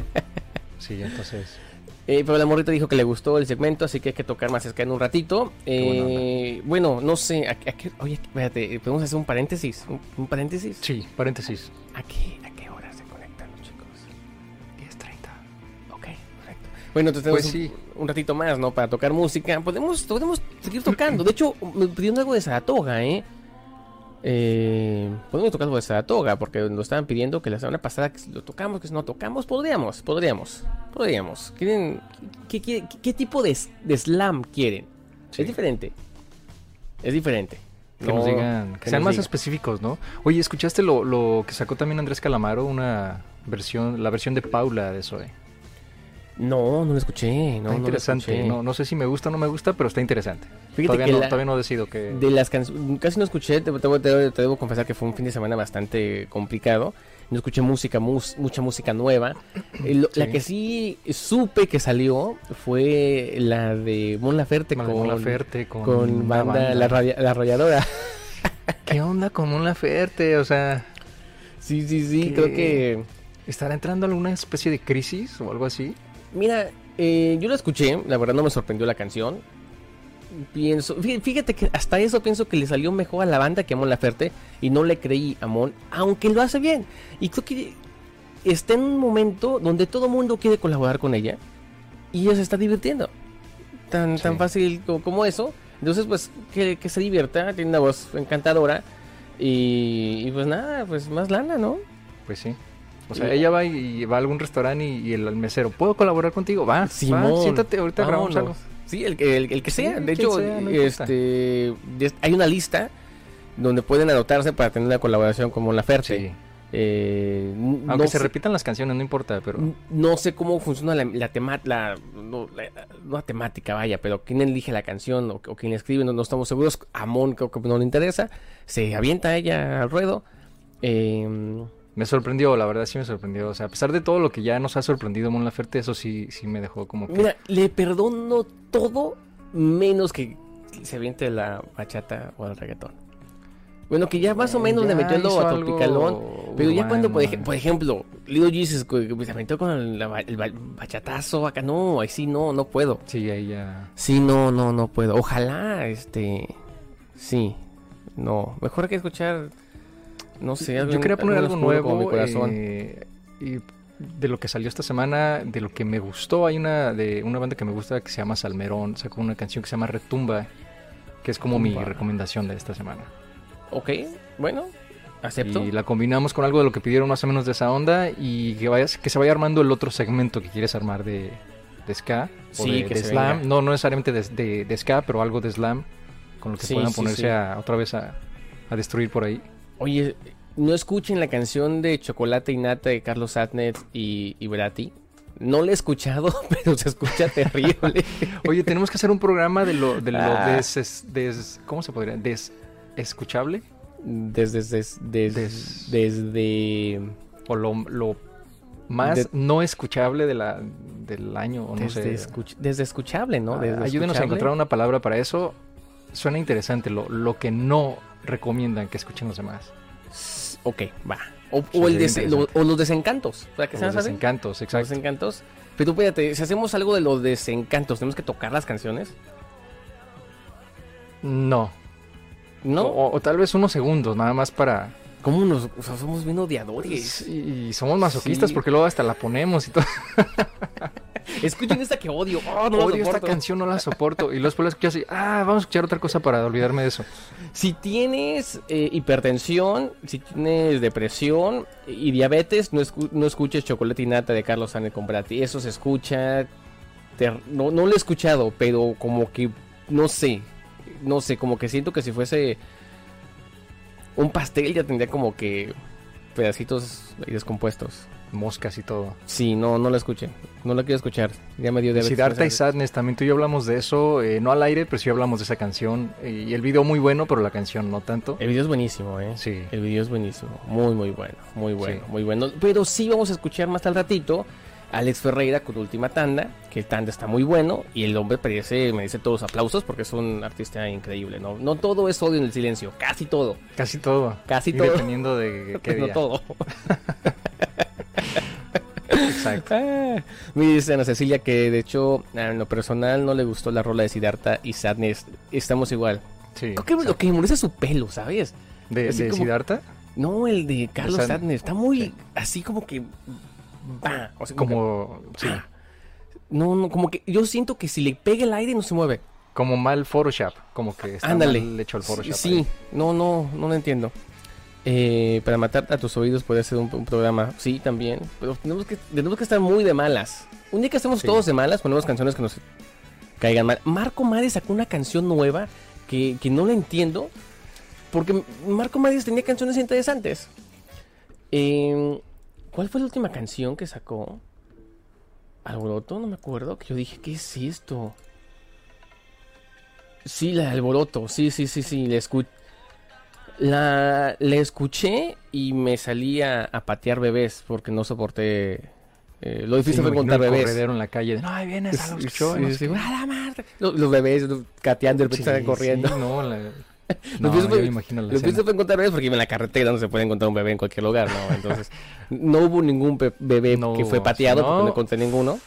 Speaker 1: Sí, entonces.
Speaker 2: Eh, pero la morrita dijo que le gustó el segmento, así que hay que tocar más cerca en un ratito. Eh, bueno, no sé, ¿a- a qué- oye, espérate, eh, podemos hacer un paréntesis, un, un paréntesis.
Speaker 1: Sí, paréntesis.
Speaker 2: ¿A qué, ¿A qué hora se conectan los chicos? 10.30. Ok, perfecto. Bueno, entonces tenemos
Speaker 1: Pues sí.
Speaker 2: un, un ratito más, ¿no? Para tocar música. Podemos, podemos seguir tocando. De hecho, me pidieron algo de Saratoga, ¿eh? Eh, podemos tocar algo de Saratoga, porque nos estaban pidiendo que la semana pasada que si lo tocamos, que si no tocamos, podríamos, podríamos, podríamos. ¿Quieren, qué, qué- qué- qué tipo de, s- de slam quieren?
Speaker 1: Sí.
Speaker 2: Es diferente. Es diferente.
Speaker 1: Que
Speaker 2: No,
Speaker 1: nos digan, que,
Speaker 2: que
Speaker 1: sean
Speaker 2: nos
Speaker 1: más
Speaker 2: digan.
Speaker 1: específicos, ¿no? Oye, ¿escuchaste lo, lo que sacó también Andrés Calamaro? Una versión, la versión de Paula de Zoe.
Speaker 2: No, no lo escuché.
Speaker 1: está
Speaker 2: No, no lo
Speaker 1: Ah, interesante.
Speaker 2: escuché.
Speaker 1: No, no sé si me gusta o no me gusta, pero está interesante.
Speaker 2: Fíjate
Speaker 1: todavía,
Speaker 2: que
Speaker 1: no,
Speaker 2: la-
Speaker 1: todavía no decido que...
Speaker 2: De las canciones, casi no escuché, te, te- te- te debo confesar que fue un fin de semana bastante complicado. No escuché música, mus- mucha música nueva. Eh, lo-
Speaker 1: Sí.
Speaker 2: La que sí supe que salió fue la de Mon Laferte
Speaker 1: Con,
Speaker 2: con,
Speaker 1: Mon Laferte, con,
Speaker 2: con
Speaker 1: una
Speaker 2: banda, La, radi- la Arrolladora.
Speaker 1: ¿Qué onda con Mon Laferte? O sea,
Speaker 2: sí, sí, sí,
Speaker 1: ¿Qué?
Speaker 2: creo que...
Speaker 1: ¿estará entrando en alguna especie de crisis o algo así?
Speaker 2: Mira, eh, yo la escuché, la verdad no me sorprendió la canción. Pienso, fí- fíjate que hasta eso pienso que le salió mejor a la banda que a Mon Laferte y no le creí a Mon, aunque lo hace bien. Y creo que está en un momento donde todo mundo quiere colaborar con ella y ella se está divirtiendo. Tan, tan
Speaker 1: Sí.
Speaker 2: fácil co- como, eso. Entonces, pues, que, que se divierta, tiene una voz encantadora y, y pues nada, pues más lana, ¿no?
Speaker 1: Pues sí. O sea, ella va y y va a algún restaurante y, y el mesero, ¿puedo colaborar contigo? Va, va
Speaker 2: Simón,
Speaker 1: siéntate, ahorita grabamos algo.
Speaker 2: vámonos. Sí, el, que- el- el que
Speaker 1: Sí,
Speaker 2: sea. de
Speaker 1: quien
Speaker 2: hecho,
Speaker 1: sea, no importa.
Speaker 2: este, des- hay una lista donde pueden anotarse para tener una colaboración con Mon Laferte.
Speaker 1: Sí.
Speaker 2: Eh, n-
Speaker 1: Aunque
Speaker 2: no
Speaker 1: se
Speaker 2: sé- Mm.
Speaker 1: repitan las canciones, no importa, pero...
Speaker 2: n- No sé cómo funciona la, la, tema- la- no, la- no la temática, vaya, pero quién elige la canción o, o quién la escribe, no, no estamos seguros. A Mon creo que no le interesa. Se avienta ella al ruedo. Eh,
Speaker 1: Me sorprendió, la verdad sí me sorprendió. O sea, a pesar de todo lo que ya nos ha sorprendido Mon Laferte, eso sí, sí me dejó como que...
Speaker 2: Mira, le perdono todo menos que se aviente la bachata o el reggaetón. Bueno, que ya más o menos le
Speaker 1: Eh, Ya
Speaker 2: metió el
Speaker 1: hizo
Speaker 2: a
Speaker 1: algo
Speaker 2: tropicalón. Pero ya cuando, por,
Speaker 1: urbano,
Speaker 2: ej- por ejemplo, Leo Jesus que- que se aventó con el, la ba- el ba- bachatazo acá, no, ahí sí, no, no puedo.
Speaker 1: Sí, ahí ya...
Speaker 2: Sí, no, no, no puedo. Ojalá, este. Sí, no. Mejor que escuchar. No sé,
Speaker 1: Yo
Speaker 2: algún-
Speaker 1: quería poner algo
Speaker 2: algún oscuro
Speaker 1: nuevo
Speaker 2: como mi corazón.
Speaker 1: eh, y de lo que salió esta semana, de lo que me gustó, hay una de una banda que me gusta que se llama Salmerón, sacó una canción que se llama Retumba, que es como mi
Speaker 2: Retumba.
Speaker 1: recomendación de esta semana.
Speaker 2: Ok, bueno, acepto.
Speaker 1: Y la combinamos con algo de lo que pidieron más o menos de esa onda y que vayas que se vaya armando el otro segmento que quieres armar de, de ska o
Speaker 2: Sí,
Speaker 1: de,
Speaker 2: que
Speaker 1: de
Speaker 2: se
Speaker 1: slam,
Speaker 2: venga.
Speaker 1: no no necesariamente de, de- de ska, pero algo de slam con lo que
Speaker 2: Sí,
Speaker 1: puedan
Speaker 2: sí,
Speaker 1: ponerse
Speaker 2: sí.
Speaker 1: A, otra vez a, a destruir por ahí.
Speaker 2: Oye, no escuchen la canción de Chocolate y Nata de Carlos Atnet y, y Berati. No la he escuchado, pero se escucha terrible.
Speaker 1: Oye, tenemos que hacer un programa de lo, de lo
Speaker 2: Ah.
Speaker 1: des, es- des- ¿cómo se podría? Des escuchable
Speaker 2: Desde, desde,
Speaker 1: Des-
Speaker 2: desde, desde,
Speaker 1: o lo, lo más
Speaker 2: De-
Speaker 1: no escuchable de la, del año o no
Speaker 2: desde
Speaker 1: sé.
Speaker 2: escuch- desde escuchable, ¿no?
Speaker 1: Ah,
Speaker 2: Desde
Speaker 1: ayúdenos a
Speaker 2: escuchable.
Speaker 1: encontrar una palabra para eso. Suena interesante lo, lo que no recomiendan que escuchen los demás.
Speaker 2: S- Ok, va. O,
Speaker 1: Sí,
Speaker 2: o el
Speaker 1: sería
Speaker 2: des- lo-
Speaker 1: interesante.
Speaker 2: o los desencantos. ¿Para que
Speaker 1: O
Speaker 2: se
Speaker 1: Los
Speaker 2: saben?
Speaker 1: desencantos,
Speaker 2: Los
Speaker 1: exacto.
Speaker 2: desencantos. Pero espérate, si hacemos algo de los desencantos, ¿tenemos que tocar las canciones?
Speaker 1: No.
Speaker 2: No.
Speaker 1: O, o tal vez unos segundos, nada más para.
Speaker 2: ¿Cómo nos o sea, somos bien odiadores?
Speaker 1: Y, y somos masoquistas
Speaker 2: Sí.
Speaker 1: porque luego hasta la ponemos y todo.
Speaker 2: Escuchen esta que odio. Oh, no la
Speaker 1: Odio esta
Speaker 2: soporto.
Speaker 1: canción, no la soporto. Y luego después la escuchas y, ah, vamos a escuchar otra cosa para olvidarme de eso.
Speaker 2: Si tienes eh, hipertensión, si tienes depresión y diabetes, no, escu- no escuches Chocolate y Nata de Carlos Sane con Brati. Eso se escucha. ter- no, no lo he escuchado, pero como que. No sé. No sé, como que siento que si fuese un pastel ya tendría como que pedacitos y descompuestos.
Speaker 1: Moscas y todo.
Speaker 2: Sí, no, no la escuché. No la quiero escuchar. Ya me dio de
Speaker 1: Siddhartha y Sadness, también tú y yo hablamos de eso, eh, no al aire, pero sí hablamos de esa canción. Y el video muy bueno, pero la canción no tanto.
Speaker 2: El video es buenísimo, ¿eh?
Speaker 1: Sí.
Speaker 2: El video es buenísimo. Muy, muy bueno. Muy bueno,
Speaker 1: Sí.
Speaker 2: muy bueno. Pero sí vamos a escuchar más al ratito a Alex Ferreira con última tanda, que el tanda está muy bueno y el hombre parece, me dice todos aplausos porque es un artista increíble, ¿no? No todo es odio en el silencio, casi todo.
Speaker 1: Casi todo.
Speaker 2: Casi
Speaker 1: Y
Speaker 2: todo.
Speaker 1: Dependiendo de qué
Speaker 2: no
Speaker 1: día.
Speaker 2: todo.
Speaker 1: Exacto.
Speaker 2: Ah, Me dice Ana Cecilia que de hecho en lo personal no le gustó la rola de Siddhartha y Sadness. Estamos igual.
Speaker 1: Sí.
Speaker 2: Creo que lo que me molesta es su pelo, ¿sabes?
Speaker 1: ¿De, de
Speaker 2: así como-
Speaker 1: Siddhartha?
Speaker 2: No, el de Carlos
Speaker 1: Sad-
Speaker 2: Sadness. Está muy
Speaker 1: sí.
Speaker 2: así como que... va, o sea, como...
Speaker 1: Como, sí,
Speaker 2: que- no, no, como que yo siento que si le pega el aire no se mueve.
Speaker 1: como mal Photoshop. Como que está
Speaker 2: Ándale.
Speaker 1: mal hecho el Photoshop.
Speaker 2: Sí,
Speaker 1: ahí.
Speaker 2: no, no, no lo entiendo. Eh, para matar a tus oídos puede ser un, un programa, sí, también. Pero tenemos que, tenemos que estar muy de malas. Un día que estemos
Speaker 1: Sí.
Speaker 2: todos de malas, ponemos canciones que nos caigan mal. Marco Mares sacó una canción nueva que, que no la entiendo. Porque Marco Mares tenía canciones interesantes. Eh, ¿Cuál fue la última canción que sacó? Alboroto, no me acuerdo. Que yo dije, ¿qué es esto? Sí, la de Alboroto. Sí, sí, sí, sí. La, escu- la, la escuché y me salí a, a patear bebés porque no soporté. eh, lo
Speaker 1: Sí, me
Speaker 2: difícil fue
Speaker 1: imagino
Speaker 2: encontrar
Speaker 1: el
Speaker 2: bebés.
Speaker 1: corredero en la calle. de, No, ahí viene,
Speaker 2: Sí,
Speaker 1: Salo, escuchó.
Speaker 2: sí,
Speaker 1: no sé
Speaker 2: sí,
Speaker 1: qué".
Speaker 2: ¡Ah, la madre! Los, los bebés los cateando, de
Speaker 1: Sí,
Speaker 2: repente salen corriendo.
Speaker 1: sí, no, la-
Speaker 2: Los
Speaker 1: No,
Speaker 2: pies
Speaker 1: yo
Speaker 2: fue-
Speaker 1: me imagino la
Speaker 2: Los
Speaker 1: escena.
Speaker 2: pies se pueden encontrar bebés porque en la carretera no se puede encontrar un bebé en cualquier lugar, ¿no? Entonces, no hubo ningún pe- bebé
Speaker 1: No
Speaker 2: que fue
Speaker 1: hubo,
Speaker 2: pateado
Speaker 1: sí,
Speaker 2: porque no
Speaker 1: no.
Speaker 2: encontré ninguno.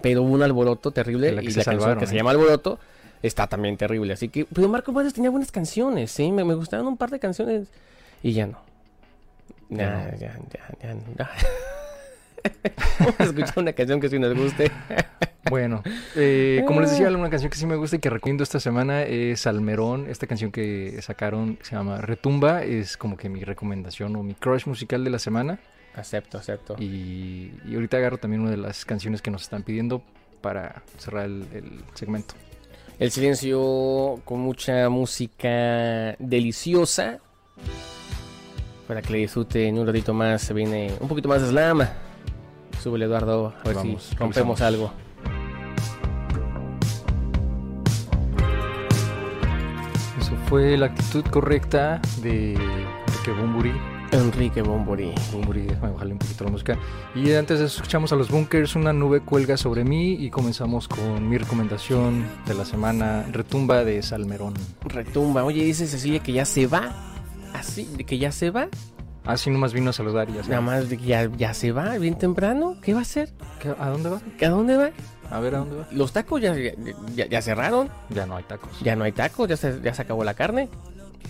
Speaker 2: Pero hubo un alboroto terrible
Speaker 1: De la que
Speaker 2: y
Speaker 1: se
Speaker 2: la canción
Speaker 1: salvaron,
Speaker 2: que se
Speaker 1: ¿eh?
Speaker 2: llama Alboroto está también terrible. Así que, pero Marco Mares tenía buenas canciones, ¿sí? Me, me gustaron un par de canciones y ya no. Ya,
Speaker 1: Ya no.
Speaker 2: ya, ya, ya, no. Vamos a escuchar una canción que sí nos guste.
Speaker 1: Bueno, eh, como les
Speaker 2: Ah.
Speaker 1: decía, una canción que sí me gusta y que recomiendo esta semana es Almerón. Esta canción que sacaron que se llama Retumba. Es como que mi recomendación o mi crush musical de la semana.
Speaker 2: Acepto, acepto.
Speaker 1: Y, y ahorita agarro también una de las canciones que nos están pidiendo para cerrar el, el segmento.
Speaker 2: El silencio con mucha música deliciosa. Para que le disfruten un ratito más, se viene un poquito más de slam. Súbele Eduardo, a ver
Speaker 1: Vamos,
Speaker 2: si rompemos
Speaker 1: regresamos.
Speaker 2: algo.
Speaker 1: Eso fue la actitud correcta de que Bumburi.
Speaker 2: Enrique Bombori.
Speaker 1: Bumburi, déjame bajarle un poquito la música. Y antes de eso, escuchamos a los Bunkers, una nube cuelga sobre mí y comenzamos con mi recomendación de la semana, Retumba de Salmerón.
Speaker 2: Retumba. Oye, dice Cecilia que ya se va. Así, de que ya se va.
Speaker 1: Así Ah, nomás vino a saludar y ya se
Speaker 2: Nada
Speaker 1: va.
Speaker 2: más de que ya, ya se va, bien temprano. ¿Qué va a hacer?
Speaker 1: ¿Qué- ¿A dónde va?
Speaker 2: ¿A dónde va?
Speaker 1: A ver, ¿a dónde va?
Speaker 2: Los tacos ya, ya- ya- ya cerraron.
Speaker 1: Ya no hay tacos.
Speaker 2: Ya no hay tacos, ya se, ya se acabó la carne.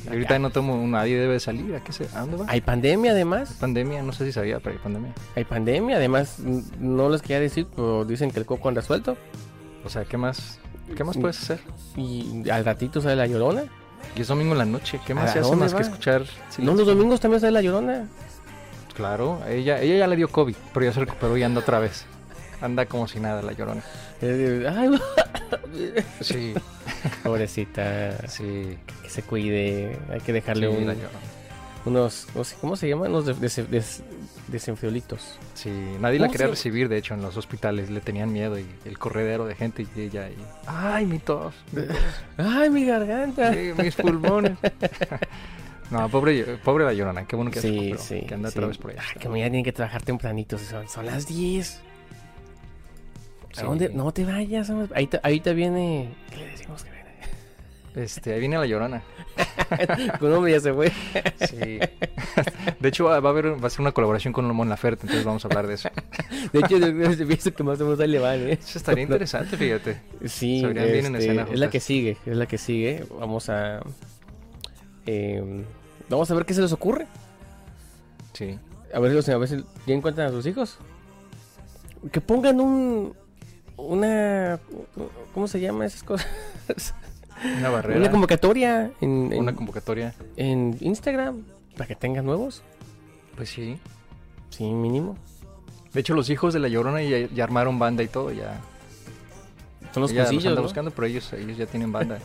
Speaker 1: Y Ahorita no tomo, nadie debe salir. ¿A, qué se, ¿A dónde va?
Speaker 2: Hay pandemia además.
Speaker 1: Pandemia, no sé si sabía, pero hay pandemia.
Speaker 2: Hay pandemia, además n- no les quería decir, pero dicen que el coco anda suelto
Speaker 1: O sea, ¿qué más? ¿Qué más puedes hacer?
Speaker 2: y al ratito sale la llorona.
Speaker 1: Y es domingo en la noche. ¿Qué más
Speaker 2: ¿A
Speaker 1: se hace
Speaker 2: dónde
Speaker 1: más
Speaker 2: va?
Speaker 1: que escuchar? Sí,
Speaker 2: no, los domingos también sale la llorona.
Speaker 1: Claro, ella, ella ya le dio COVID, pero ya se recuperó y anda otra vez. Anda como si nada la llorona.
Speaker 2: Eh, ay,
Speaker 1: Sí,
Speaker 2: pobrecita,
Speaker 1: sí.
Speaker 2: que se cuide, hay que dejarle
Speaker 1: sí,
Speaker 2: un-
Speaker 1: la llorona.
Speaker 2: unos, no sé, ¿cómo se llaman? Unos de- des- des- desenfriolitos.
Speaker 1: Sí, nadie la
Speaker 2: ¿Cómo
Speaker 1: quería
Speaker 2: se-
Speaker 1: recibir, de hecho, en los hospitales. Le tenían miedo y el corredero de gente y ella y... ¡Ay, mi tos! mi tos,
Speaker 2: ¡Ay, mi garganta!
Speaker 1: sí, mis pulmones! no, pobre, pobre la llorona. Qué bueno que ya se
Speaker 2: Sí,
Speaker 1: recuperó,
Speaker 2: sí.
Speaker 1: Que anda
Speaker 2: sí.
Speaker 1: otra vez por allá.
Speaker 2: Ah, que mañana tienen que trabajar tempranito, son, son las 10. ¿A
Speaker 1: Sí.
Speaker 2: dónde? No te vayas, hombre. ahí te, ahí te viene... ¿Qué le decimos que viene?
Speaker 1: Este, ahí viene la llorona.
Speaker 2: Un hombre ya se fue.
Speaker 1: Sí. De hecho, va va a, haber, va a ser una colaboración con Lomón Laferte, entonces vamos a hablar de eso.
Speaker 2: De hecho, yo creo que pienso que más o menos ahí le van, ¿eh?
Speaker 1: Eso estaría interesante, fíjate.
Speaker 2: Sí,
Speaker 1: Se verían bien en
Speaker 2: este,
Speaker 1: escena
Speaker 2: es la
Speaker 1: juntas.
Speaker 2: que sigue, es la que sigue. Vamos a... eh, vamos a ver qué se les ocurre.
Speaker 1: Sí.
Speaker 2: A ver, si los- a ver si ya encuentran a sus hijos. Que pongan un... Una... ¿Cómo se llama esas cosas?
Speaker 1: Una barrera,
Speaker 2: Una
Speaker 1: una,
Speaker 2: convocatoria en, en-
Speaker 1: convocatoria.
Speaker 2: en Instagram para que tengan nuevos.
Speaker 1: Pues sí.
Speaker 2: Sí, mínimo.
Speaker 1: De hecho, los hijos de la Llorona ya, ya armaron banda y todo, ya.
Speaker 2: Son los
Speaker 1: ella los
Speaker 2: cursillos,
Speaker 1: anda
Speaker 2: ¿no?
Speaker 1: buscando, pero ellos, ellos ya tienen banda.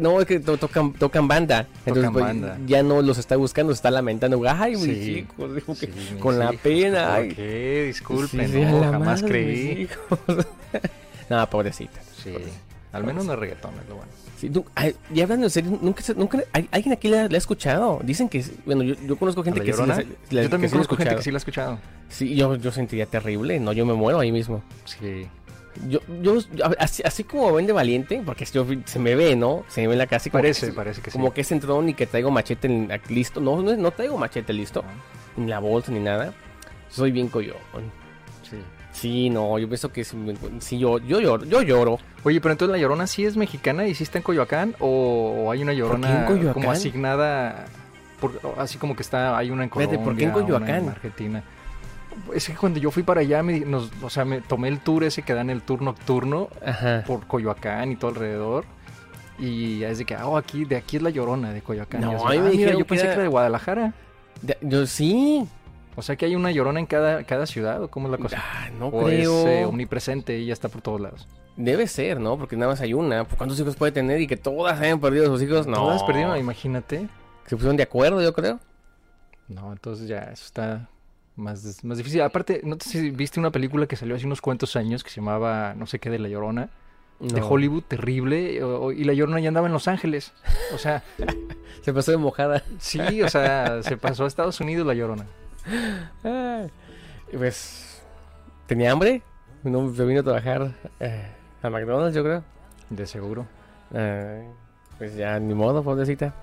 Speaker 2: no, es que to- tocan, tocan banda. Entonces, pues,
Speaker 1: banda.
Speaker 2: ya no los está buscando, se está lamentando. Ay, güey,
Speaker 1: Sí.
Speaker 2: chicos, dijo que
Speaker 1: Sí, mis
Speaker 2: con la
Speaker 1: hijos,
Speaker 2: pena.
Speaker 1: ¿por
Speaker 2: ay.
Speaker 1: qué? Disculpen,
Speaker 2: Sí, a
Speaker 1: no,
Speaker 2: la
Speaker 1: jamás
Speaker 2: madre,
Speaker 1: creí.
Speaker 2: mis hijos. Nada, pobrecita.
Speaker 1: Sí, al menos no es reggaetón, es lo bueno.
Speaker 2: Sí, tú- ay, y hablando en serio, nunca, se- nunca ¿al- alguien aquí la, la ha escuchado. Dicen que, bueno, yo, yo conozco gente
Speaker 1: ¿La
Speaker 2: que sí,
Speaker 1: Llorona?
Speaker 2: la- la-
Speaker 1: Yo también
Speaker 2: que sí la ha
Speaker 1: conozco gente que sí
Speaker 2: escuchado.
Speaker 1: la ha escuchado.
Speaker 2: Sí, yo, yo sentiría terrible, no, yo me muero ahí mismo.
Speaker 1: Sí,
Speaker 2: Yo, yo, yo- así, así como ven de valiente, porque yo, se me ve, ¿no? Se me ve en la casa y como
Speaker 1: parece,
Speaker 2: que,
Speaker 1: parece que sí.
Speaker 2: como que es entrón y que traigo machete en- listo. No, no, no traigo machete listo,
Speaker 1: Ah,
Speaker 2: ni la bolsa ni nada. Soy bien coyón.
Speaker 1: sí.
Speaker 2: Sí, no, yo pienso que si, me encu- si yo, yo lloro, yo lloro.
Speaker 1: Oye, pero entonces la llorona sí es mexicana y sí está en Coyoacán o, o hay una
Speaker 2: qué en
Speaker 1: llorona
Speaker 2: Coyoacán?
Speaker 1: como asignada, por- o así como que está, hay una en Colombia,
Speaker 2: Espérate, ¿por qué en
Speaker 1: una en
Speaker 2: Coyoacán?
Speaker 1: Argentina. Es que cuando yo fui para allá, me, di- nos- o sea, me tomé el tour ese que dan el tour nocturno
Speaker 2: Ajá.
Speaker 1: por Coyoacán y todo alrededor. Y es de que, ah, oh, aquí, de aquí es la llorona de Coyoacán.
Speaker 2: No,
Speaker 1: Y yo,
Speaker 2: a
Speaker 1: ah,
Speaker 2: mí me
Speaker 1: mira,
Speaker 2: dijeron
Speaker 1: yo
Speaker 2: que
Speaker 1: pensé
Speaker 2: era-
Speaker 1: que era de Guadalajara.
Speaker 2: De- yo sí.
Speaker 1: O sea que hay una llorona en cada, cada ciudad, o cómo es la cosa.
Speaker 2: Ah, no
Speaker 1: o
Speaker 2: creo.
Speaker 1: es Pues, eh, omnipresente y ya está por todos lados.
Speaker 2: Debe ser, ¿no? Porque nada más hay una. Pues, ¿Cuántos hijos puede tener y que todas hayan perdido a sus hijos? No.
Speaker 1: Todas perdieron, imagínate.
Speaker 2: Se pusieron de acuerdo, yo creo.
Speaker 1: No, entonces ya eso está más, des- más difícil. Aparte, ¿no te si viste una película que salió hace unos cuantos años que se llamaba no sé qué de La Llorona? De
Speaker 2: No.
Speaker 1: Hollywood, terrible. o- o- y La Llorona ya andaba en Los Ángeles. O sea,
Speaker 2: Se pasó de mojada.
Speaker 1: sí, o sea, se pasó a Estados Unidos La Llorona.
Speaker 2: Ah, pues tenía hambre. No me vino a trabajar eh, a McDonald's, yo creo.
Speaker 1: De seguro.
Speaker 2: Ah, pues ya ni modo, pobrecita.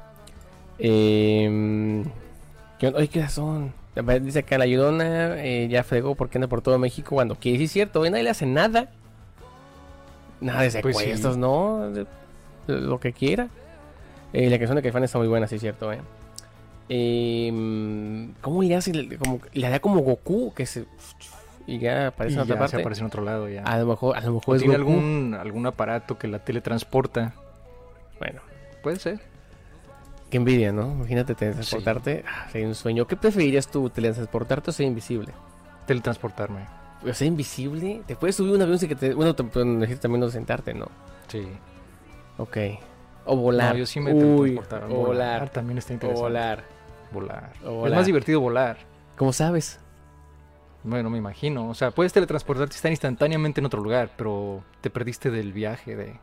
Speaker 2: Eh, ¿qué, on- ay, ¿qué horas son? Dice acá la llorona eh, ya fregó porque anda por todo México cuando quiere. Sí, es cierto, hoy nadie le hace nada. Nada de
Speaker 1: Pues sí.
Speaker 2: secuestros, ¿no? De- de Lo que quiera. Eh, la canción de Caifán está muy buena, sí, es cierto, ¿eh? Eh, ¿Cómo le hace? Como, le hará como Goku que se. Y ya aparece
Speaker 1: Y
Speaker 2: en
Speaker 1: ya
Speaker 2: otra
Speaker 1: se
Speaker 2: parte.
Speaker 1: aparece Pues en otro lado ya.
Speaker 2: A lo mejor, a lo mejor es
Speaker 1: ¿Tiene
Speaker 2: Goku.
Speaker 1: algún, algún aparato que la teletransporta?
Speaker 2: Bueno.
Speaker 1: Puede ser.
Speaker 2: Qué envidia, ¿no? Imagínate teletransportarte. Ah, sería un sueño. ¿Qué preferirías tú, teletransportarte o ser invisible?
Speaker 1: Teletransportarme.
Speaker 2: O ser invisible, te puedes subir a un avión sin que te. Bueno, te- pero necesitas también no sentarte, ¿no?
Speaker 1: Sí.
Speaker 2: Ok. O volar.
Speaker 1: No, yo sí me
Speaker 2: Uy,
Speaker 1: teletransportaba. Ah,
Speaker 2: o volar.
Speaker 1: También está
Speaker 2: O
Speaker 1: interesante.
Speaker 2: volar.
Speaker 1: Volar.
Speaker 2: O
Speaker 1: Es
Speaker 2: volar.
Speaker 1: más divertido volar.
Speaker 2: ¿Cómo sabes?
Speaker 1: Bueno, me imagino. O sea, puedes teletransportarte estar instantáneamente en otro lugar, pero te perdiste del viaje de.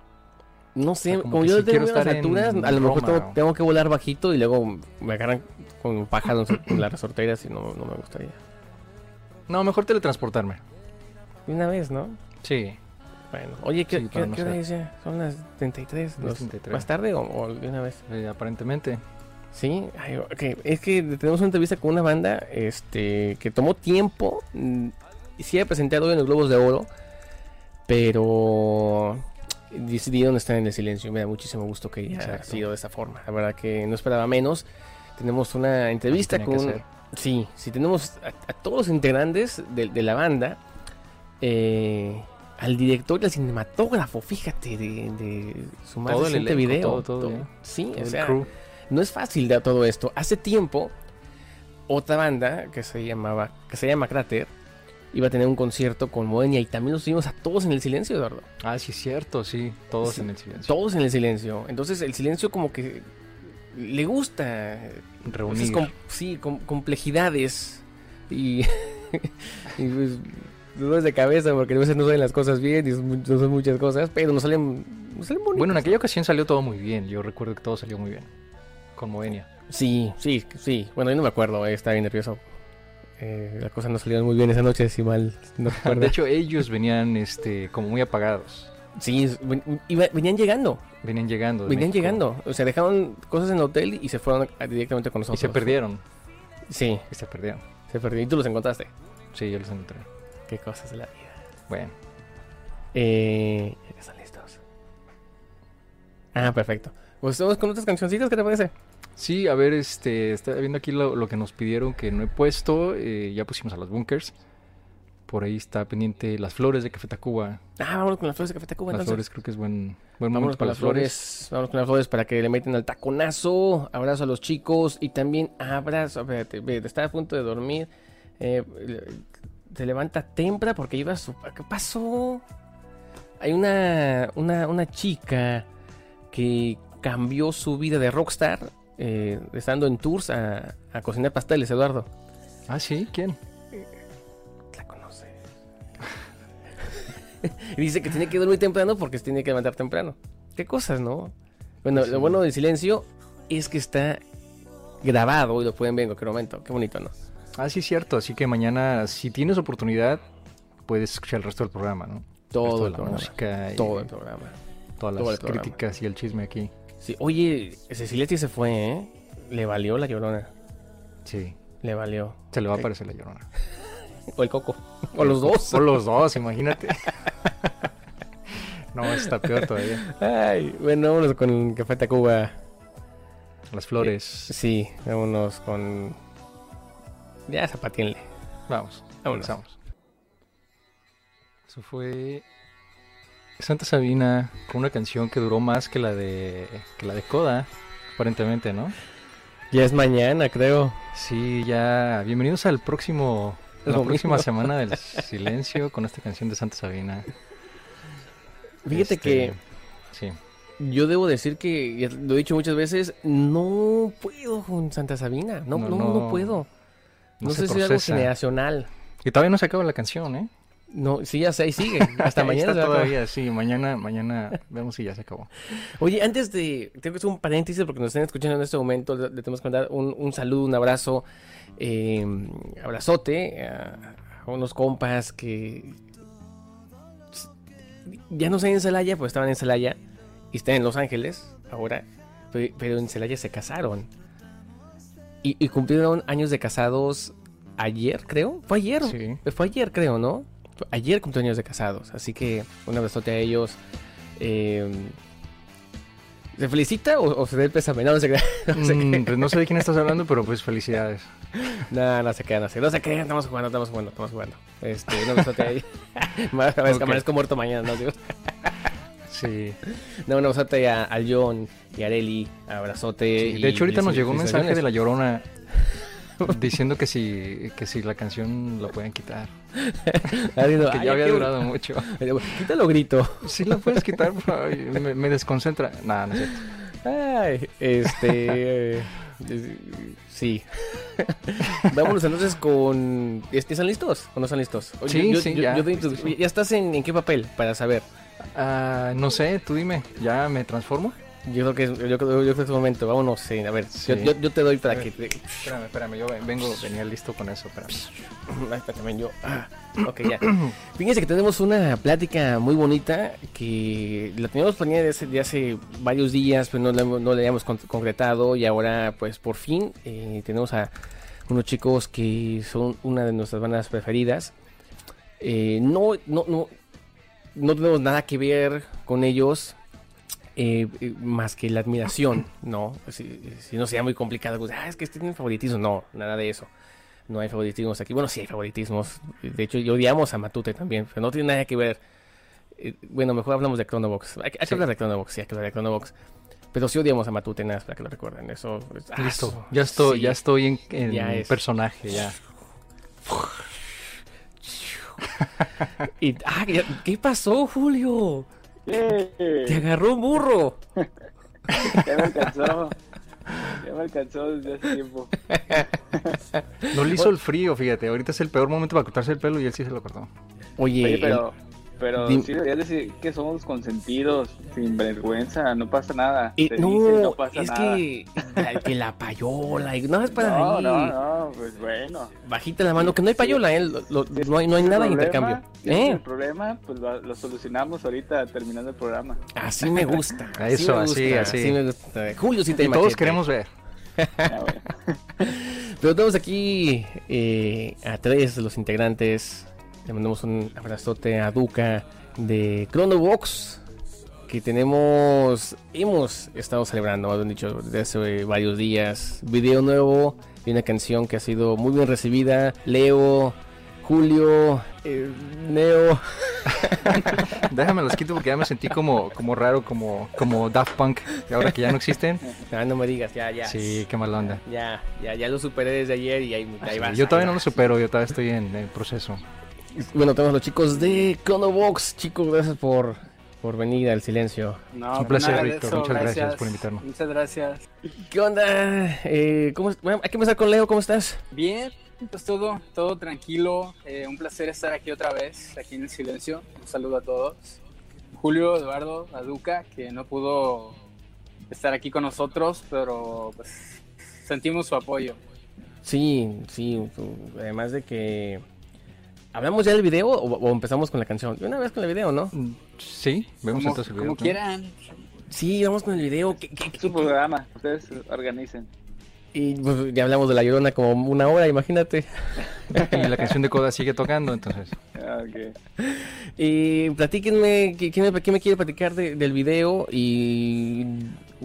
Speaker 2: No sé,
Speaker 1: sea, como
Speaker 2: como,
Speaker 1: que
Speaker 2: yo
Speaker 1: sí
Speaker 2: tengo
Speaker 1: quiero
Speaker 2: unas
Speaker 1: estar
Speaker 2: alturas,
Speaker 1: en
Speaker 2: a lo mejor
Speaker 1: Roma,
Speaker 2: tengo,
Speaker 1: o-
Speaker 2: tengo que volar bajito y luego me agarran con un pájaro en las resorteras y no, no me gustaría.
Speaker 1: No, mejor teletransportarme.
Speaker 2: De Una vez, ¿no?
Speaker 1: Sí.
Speaker 2: Bueno, oye, ¿qué,
Speaker 1: Sí,
Speaker 2: qué-
Speaker 1: para no
Speaker 2: qué hora
Speaker 1: ser-
Speaker 2: es ya? Son las 33.
Speaker 1: Las
Speaker 2: los-
Speaker 1: 33.
Speaker 2: ¿Más tarde o- o de una vez?
Speaker 1: eh, aparentemente.
Speaker 2: Sí, ay, ok, es que tenemos una entrevista con una banda este, que tomó tiempo. mm, y Sí, ha presentado en los Globos de Oro, pero decidieron estar en el silencio. Me da muchísimo gusto que haya
Speaker 1: Exacto.
Speaker 2: sido de esta forma. La verdad que no esperaba menos. Tenemos una entrevista
Speaker 1: Así tenía
Speaker 2: con.
Speaker 1: que ser.
Speaker 2: Sí, sí, tenemos a, a todos los integrantes de, de la banda, eh, al director y al cinematógrafo, fíjate, de, de su más
Speaker 1: Todo el
Speaker 2: reciente
Speaker 1: elenco,
Speaker 2: video.
Speaker 1: todo, todo, ya.
Speaker 2: sí,
Speaker 1: Todo
Speaker 2: o
Speaker 1: el
Speaker 2: sea,
Speaker 1: crew.
Speaker 2: no es fácil de todo esto. Hace tiempo, otra banda que se llamaba, que se llama Cráter, iba a tener un concierto con Moenia y también los tuvimos a todos en el silencio, Eduardo.
Speaker 1: Ah, sí, cierto, sí. Todos
Speaker 2: Sí,
Speaker 1: en el silencio.
Speaker 2: Todos en el silencio. Entonces el silencio como que le gusta.
Speaker 1: Reunidos.
Speaker 2: Entonces, com- sí, com- complejidades y, y, pues, dolores de cabeza porque a veces no salen las cosas bien y son mu- no son muchas cosas, pero nos salen, nos salen bonitas.
Speaker 1: Bueno, en aquella ocasión salió todo muy bien. Yo recuerdo que todo salió muy bien. Con Moenia.
Speaker 2: Sí, sí, sí. Bueno, yo no me acuerdo, eh, estaba bien nervioso. Eh, las cosas no salieron muy bien esa noche, si mal no recuerdo.
Speaker 1: De hecho, ellos venían este, como muy apagados.
Speaker 2: sí, es- ven- iba- venían llegando,
Speaker 1: Venían llegando. de
Speaker 2: venían
Speaker 1: México
Speaker 2: llegando. O sea, dejaron cosas en el hotel y se fueron a- directamente con
Speaker 1: Y
Speaker 2: nosotros.
Speaker 1: se perdieron.
Speaker 2: Sí,
Speaker 1: Y se perdieron.
Speaker 2: se perdieron. Y tú los encontraste.
Speaker 1: Sí, yo los encontré.
Speaker 2: Qué cosas de la vida.
Speaker 1: Bueno,
Speaker 2: Eh, ya que están listos. Ah, perfecto. Pues estamos con otras cancioncitas, ¿qué te parece?
Speaker 1: Sí, a ver, este, está viendo aquí lo, lo que nos pidieron que no he puesto. eh, ya pusimos a los bunkers. Por ahí está pendiente las flores de Café Tacuba.
Speaker 2: Ah, vámonos con las flores de Café Tacuba,
Speaker 1: Las
Speaker 2: entonces.
Speaker 1: flores creo que es buen, buen
Speaker 2: Vámonos
Speaker 1: momento
Speaker 2: con
Speaker 1: para
Speaker 2: las flores. Vámonos con las flores para que le metan al taconazo. Abrazo a los chicos y también abrazo. Espérate, espérate, está a punto de dormir. Eh, se levanta temprano porque iba a su. ¿Qué pasó? Hay una, una, una chica que cambió su vida de rockstar eh, estando en tours a, a cocinar pasteles, Eduardo.
Speaker 1: Ah, sí, ¿quién?
Speaker 2: La conoces. Dice que tiene que dormir temprano porque se tiene que levantar temprano. Qué cosas, ¿no? Bueno,
Speaker 1: Sí.
Speaker 2: lo bueno del silencio es que está grabado y lo pueden ver en cualquier momento. Qué bonito, ¿no?
Speaker 1: Ah, sí, cierto. Así que mañana, si tienes oportunidad, puedes escuchar el resto del programa, ¿no?
Speaker 2: Todo
Speaker 1: el
Speaker 2: el
Speaker 1: resto de la
Speaker 2: programa.
Speaker 1: música y
Speaker 2: Todo el programa.
Speaker 1: todas
Speaker 2: todo el
Speaker 1: las
Speaker 2: programa.
Speaker 1: críticas y el chisme aquí.
Speaker 2: Sí, oye, Ceciletti se fue, ¿eh? Le valió la llorona.
Speaker 1: Sí,
Speaker 2: Le valió.
Speaker 1: se le va a aparecer la llorona.
Speaker 2: O el coco. O los dos.
Speaker 1: O los dos, imagínate. no, está peor todavía.
Speaker 2: Ay, bueno, vámonos con Café Tacuba.
Speaker 1: Las flores.
Speaker 2: Sí, vámonos con. Ya zapatienle.
Speaker 1: Vamos,
Speaker 2: Vámonos.
Speaker 1: empezamos. Eso fue Santa Sabina con una canción que duró más que la de que la de Coda, aparentemente, ¿no?
Speaker 2: Ya es mañana, creo.
Speaker 1: Sí, ya. Bienvenidos al próximo. La
Speaker 2: Domingo.
Speaker 1: próxima semana del silencio con esta canción de Santa Sabina.
Speaker 2: Fíjate
Speaker 1: Este,
Speaker 2: que
Speaker 1: Sí.
Speaker 2: yo debo decir que, ya lo he dicho muchas veces, no puedo con Santa Sabina. No,
Speaker 1: No,
Speaker 2: no, no,
Speaker 1: no.
Speaker 2: puedo. No,
Speaker 1: No se
Speaker 2: sé si es algo
Speaker 1: procesa.
Speaker 2: generacional.
Speaker 1: Y todavía no se acaba la canción, ¿eh?
Speaker 2: No, sí, ya sé, ahí sigue. Hasta
Speaker 1: Ahí
Speaker 2: mañana. se
Speaker 1: Está
Speaker 2: va a acabar.
Speaker 1: todavía, sí. Mañana, mañana vemos si ya se acabó.
Speaker 2: Oye, antes de. Tengo que hacer un paréntesis porque nos están escuchando en este momento. Le le tenemos que mandar un, un saludo, un abrazo, eh, abrazote a, a unos compas que. Ya no están en Celaya, pues estaban en Celaya y están en Los Ángeles ahora. pe- Pero en Celaya se casaron. Y, y cumplieron años de casados ayer, creo. Fue ayer.
Speaker 1: Sí.
Speaker 2: Fue ayer, creo, ¿no? Fue Ayer cumplieron años de casados. Así que un abrazote a ellos. Eh, ¿Se felicita o, o se da el pésame? No, no se crean. No se
Speaker 1: Mm,
Speaker 2: crean.
Speaker 1: pues no sé de quién estás hablando, pero pues felicidades.
Speaker 2: No, no se crean, no se, no se crean. Estamos jugando, estamos jugando, estamos jugando. Este, un abrazote ahí. Más vez
Speaker 1: Ok.
Speaker 2: que amanezco muerto mañana, no digo.
Speaker 1: Sí.
Speaker 2: No, un abrazote a, a John y a Areli. Abrazote.
Speaker 1: Sí, De hecho, ahorita nos llegó un mensaje de
Speaker 2: la...
Speaker 1: la llorona diciendo que si, que si la canción la pueden quitar. Que ya había durado mucho.
Speaker 2: Quítalo grito.
Speaker 1: Sí, la puedes quitar, por favor, me, me desconcentra. Nada, no es cierto.
Speaker 2: Ay, este. eh, eh, sí. Vámonos entonces con. ¿est- ¿Están listos o no están listos? O-
Speaker 1: Sí, sí, ya.
Speaker 2: doy introdu- ¿Ya estás en, en qué papel? Para saber.
Speaker 1: Ah, no sé, tú dime, ¿ya me transformo?
Speaker 2: Yo creo que es, yo, creo- yo creo que es el momento. Vámonos, sí, a ver.
Speaker 1: Sí.
Speaker 2: Yo, yo- yo te doy para
Speaker 1: A ver.
Speaker 2: que. te-
Speaker 1: Espérame, espérame, yo vengo, venía listo con eso, espérame.
Speaker 2: Ay, espérame, yo. ah, ok, ya. Fíjense que tenemos una plática muy bonita que la teníamos planeada desde hace, de hace varios días, pero no la, hemos- no la habíamos con- concretado y ahora pues por fin eh, tenemos a unos chicos que son una de nuestras bandas preferidas. Eh, no, no, no, no tenemos nada que ver con ellos. eh, eh, más que la admiración, ¿no? Si, si no sería muy complicado, pues, ah, es que tienen favoritismo, no, nada de eso. No hay favoritismos aquí. Bueno, sí hay favoritismos. De hecho, y odiamos a Matute también, pero no tiene nada que ver. Eh, bueno, mejor hablamos de Chronobox. Hay, que- hay
Speaker 1: Sí.
Speaker 2: que hablar de Chronobox, sí, hay que hablar de Chronobox. Pero sí odiamos a Matute, nada más para que lo recuerden. Eso. es- ah,
Speaker 1: Listo,
Speaker 2: su-
Speaker 1: ya estoy,
Speaker 2: sí.
Speaker 1: ya estoy en, en
Speaker 2: Ya es.
Speaker 1: personaje, ya.
Speaker 2: Y- ah, ya- ¿Qué pasó, Julio? Te
Speaker 3: ¡Eh!
Speaker 2: agarró un burro.
Speaker 3: Ya me alcanzó. Ya me alcanzó desde hace tiempo.
Speaker 1: No le hizo el frío, fíjate, ahorita es el peor momento para cortarse el pelo y él sí se lo cortó.
Speaker 2: Oye,
Speaker 3: Oye, pero, pero
Speaker 2: Dim-
Speaker 3: sí deberías decir que somos consentidos, sin vergüenza, no pasa nada.
Speaker 2: eh,
Speaker 3: Te
Speaker 2: no,
Speaker 3: dicen, no pasa
Speaker 2: es
Speaker 3: nada.
Speaker 2: que, la- que la payola. y- No, es para
Speaker 3: No,
Speaker 2: ahí.
Speaker 3: no, no, pues bueno.
Speaker 2: Bajita la mano, que no hay payola, ¿eh? Lo- lo- no, hay, no hay nada de intercambio.
Speaker 3: Si ese es
Speaker 2: ¿Eh?
Speaker 3: el problema, pues lo, lo solucionamos ahorita terminando el programa.
Speaker 2: Así me gusta.
Speaker 1: Eso,
Speaker 2: me gusta,
Speaker 1: así, así.
Speaker 2: me gusta. Julio, sí te
Speaker 1: Y
Speaker 2: hay
Speaker 1: todos
Speaker 2: machete.
Speaker 1: queremos ver.
Speaker 3: Ya, bueno.
Speaker 2: Pero tenemos aquí eh, a tres de los integrantes. Le mandamos un abrazote a Duca de Chronobox. Que tenemos. Hemos estado celebrando, más bien dicho, desde hace varios días. Video nuevo y una canción que ha sido muy bien recibida. Leo, Julio, eh, Neo.
Speaker 1: Déjame los quito porque ya me sentí como, como raro, como, como Daft Punk, y ahora que ya no existen.
Speaker 2: Ah, no me digas, ya, ya.
Speaker 1: Sí, qué mala onda.
Speaker 2: Ya, ya, ya lo superé desde ayer y ahí, ahí
Speaker 1: Sí,
Speaker 2: vas.
Speaker 1: yo
Speaker 2: ahí
Speaker 1: todavía no lo
Speaker 2: vas.
Speaker 1: supero, yo todavía estoy en el proceso.
Speaker 2: Bueno, tenemos los chicos de Chronobox. Chicos, gracias por por venir al silencio.
Speaker 1: Es
Speaker 3: No, pues
Speaker 1: un placer,
Speaker 3: nada de
Speaker 1: Víctor.
Speaker 3: eso,
Speaker 1: Muchas gracias por invitarnos.
Speaker 3: Muchas gracias.
Speaker 2: ¿Qué onda? Eh, ¿cómo, est- bueno, hay que empezar con Leo, ¿cómo estás?
Speaker 3: Bien, pues todo, todo tranquilo. eh, un placer estar aquí otra vez, aquí en el silencio. Un saludo a todos. Julio, Eduardo, Aduca, que no pudo estar aquí con nosotros, pero pues sentimos su apoyo.
Speaker 2: Sí, sí, tú- además de que... ¿Hablamos ya del video o, o empezamos con la canción? De Una vez con el video, ¿no?
Speaker 1: Mm, Sí, vemos
Speaker 3: como
Speaker 1: entonces el video,
Speaker 3: como
Speaker 1: ¿no?
Speaker 3: quieran.
Speaker 2: Sí, vamos con el video. ¿Qué- qué- qué-
Speaker 3: Su programa, ustedes organicen.
Speaker 2: Y pues, ya hablamos de La Llorona como una hora, imagínate.
Speaker 1: Y la canción de Coda sigue tocando, entonces.
Speaker 3: Ah, ok.
Speaker 2: Y platíquenme, ¿qué, qué me, qué me quiere platicar de- del video? Y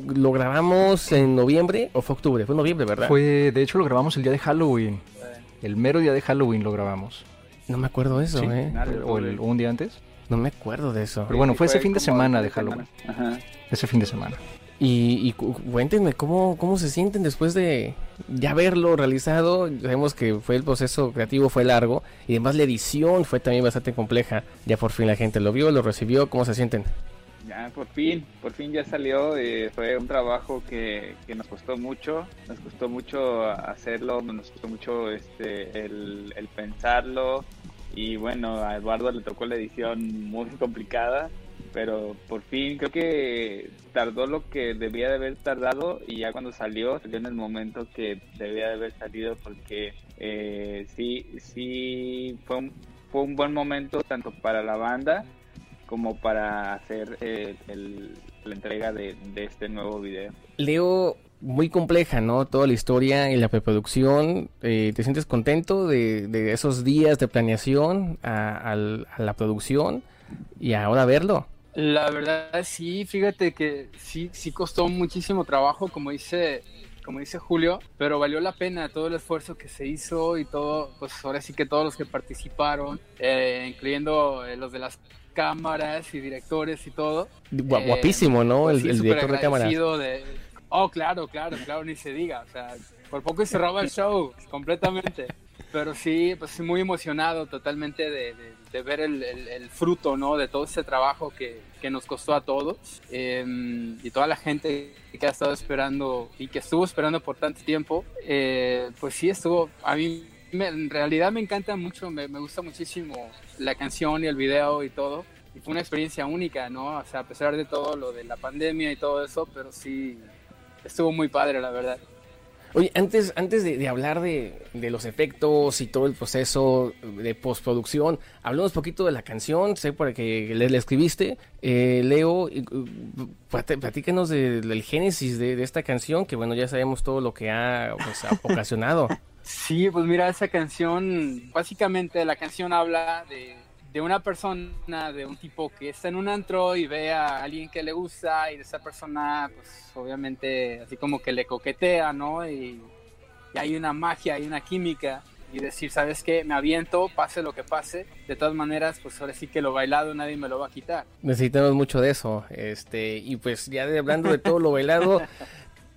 Speaker 2: lo grabamos en noviembre o fue octubre, fue noviembre, ¿verdad?
Speaker 1: Fue, de hecho, lo grabamos el día de Halloween.
Speaker 3: Bueno,
Speaker 1: El mero día de Halloween lo grabamos.
Speaker 2: No me acuerdo de eso,
Speaker 1: Sí.
Speaker 2: ¿eh?
Speaker 3: Dale,
Speaker 1: O el- o un día antes.
Speaker 2: No me acuerdo de eso.
Speaker 1: Pero bueno,
Speaker 3: sí,
Speaker 1: fue ese fin de
Speaker 3: como
Speaker 1: semana de
Speaker 3: fin
Speaker 1: Halloween.
Speaker 3: semana. Ajá.
Speaker 1: Ese fin de semana.
Speaker 2: Y, y cu- cuéntenme cómo, cómo se sienten después de ya verlo realizado. Sabemos que fue el proceso creativo, fue largo. Y además la edición fue también bastante compleja. Ya por fin la gente lo vio, lo recibió. ¿Cómo se sienten?
Speaker 4: Ya, por fin, por fin ya salió. eh, fue un trabajo que, que nos costó mucho, nos costó mucho hacerlo, nos costó mucho este, el, el pensarlo. Y bueno, a Eduardo le tocó la edición muy complicada, pero por fin creo que tardó lo que debía de haber tardado y ya cuando salió, salió en el momento que debía de haber salido porque eh, sí, sí fue un, fue un buen momento tanto para la banda como para hacer eh, el- la entrega de, de este nuevo video.
Speaker 2: Leo, muy compleja, ¿no? Toda la historia y la preproducción. eh, ¿Te sientes contento de, de esos días de planeación a, al- a la producción y ahora verlo?
Speaker 3: La verdad sí, fíjate que sí, sí costó muchísimo trabajo, como dice, como dice Julio, pero valió la pena todo el esfuerzo que se hizo y todo, pues ahora sí que todos los que participaron, eh, incluyendo eh, los de las cámaras y directores y todo.
Speaker 2: Gua-
Speaker 3: Eh,
Speaker 2: guapísimo, ¿no?
Speaker 3: pues,
Speaker 2: el,
Speaker 3: sí,
Speaker 2: el
Speaker 3: súper
Speaker 2: director de cámara.
Speaker 3: agradecido de- Oh, claro, claro, claro, ni se diga. O sea, por poco y se roba el show completamente. Pero sí, pues muy emocionado totalmente de, de- de ver el, el- el fruto, ¿no? De todo ese trabajo que, que nos costó a todos. eh, y toda la gente que ha estado esperando y que estuvo esperando por tanto tiempo. eh, pues sí, estuvo... A mí me- en realidad me encanta mucho, me, me gusta muchísimo la canción y el video y todo. Y fue una experiencia única, ¿no? O sea, a pesar de todo lo de la pandemia y todo eso, pero sí, estuvo muy padre, la verdad.
Speaker 2: Oye, antes, antes de, de hablar de, de los efectos y todo el proceso de postproducción, hablemos poquito de la canción, sé por que le, le escribiste, eh, Leo, y, uh, plati- platícanos de- del génesis de, de esta canción, que bueno, ya sabemos todo lo que ha pues, ha ocasionado.
Speaker 3: Sí, pues mira, esa canción, básicamente la canción habla de, de una persona, de un tipo que está en un antro y ve a alguien que le gusta y esa persona, pues obviamente, así como que le coquetea, ¿no? Y, y hay una magia, hay una química. Y decir, ¿sabes qué? Me aviento, pase lo que pase. De todas maneras, pues ahora sí que lo bailado nadie me lo va a quitar.
Speaker 2: Necesitamos mucho de eso. Este, y pues ya de- hablando de todo lo bailado,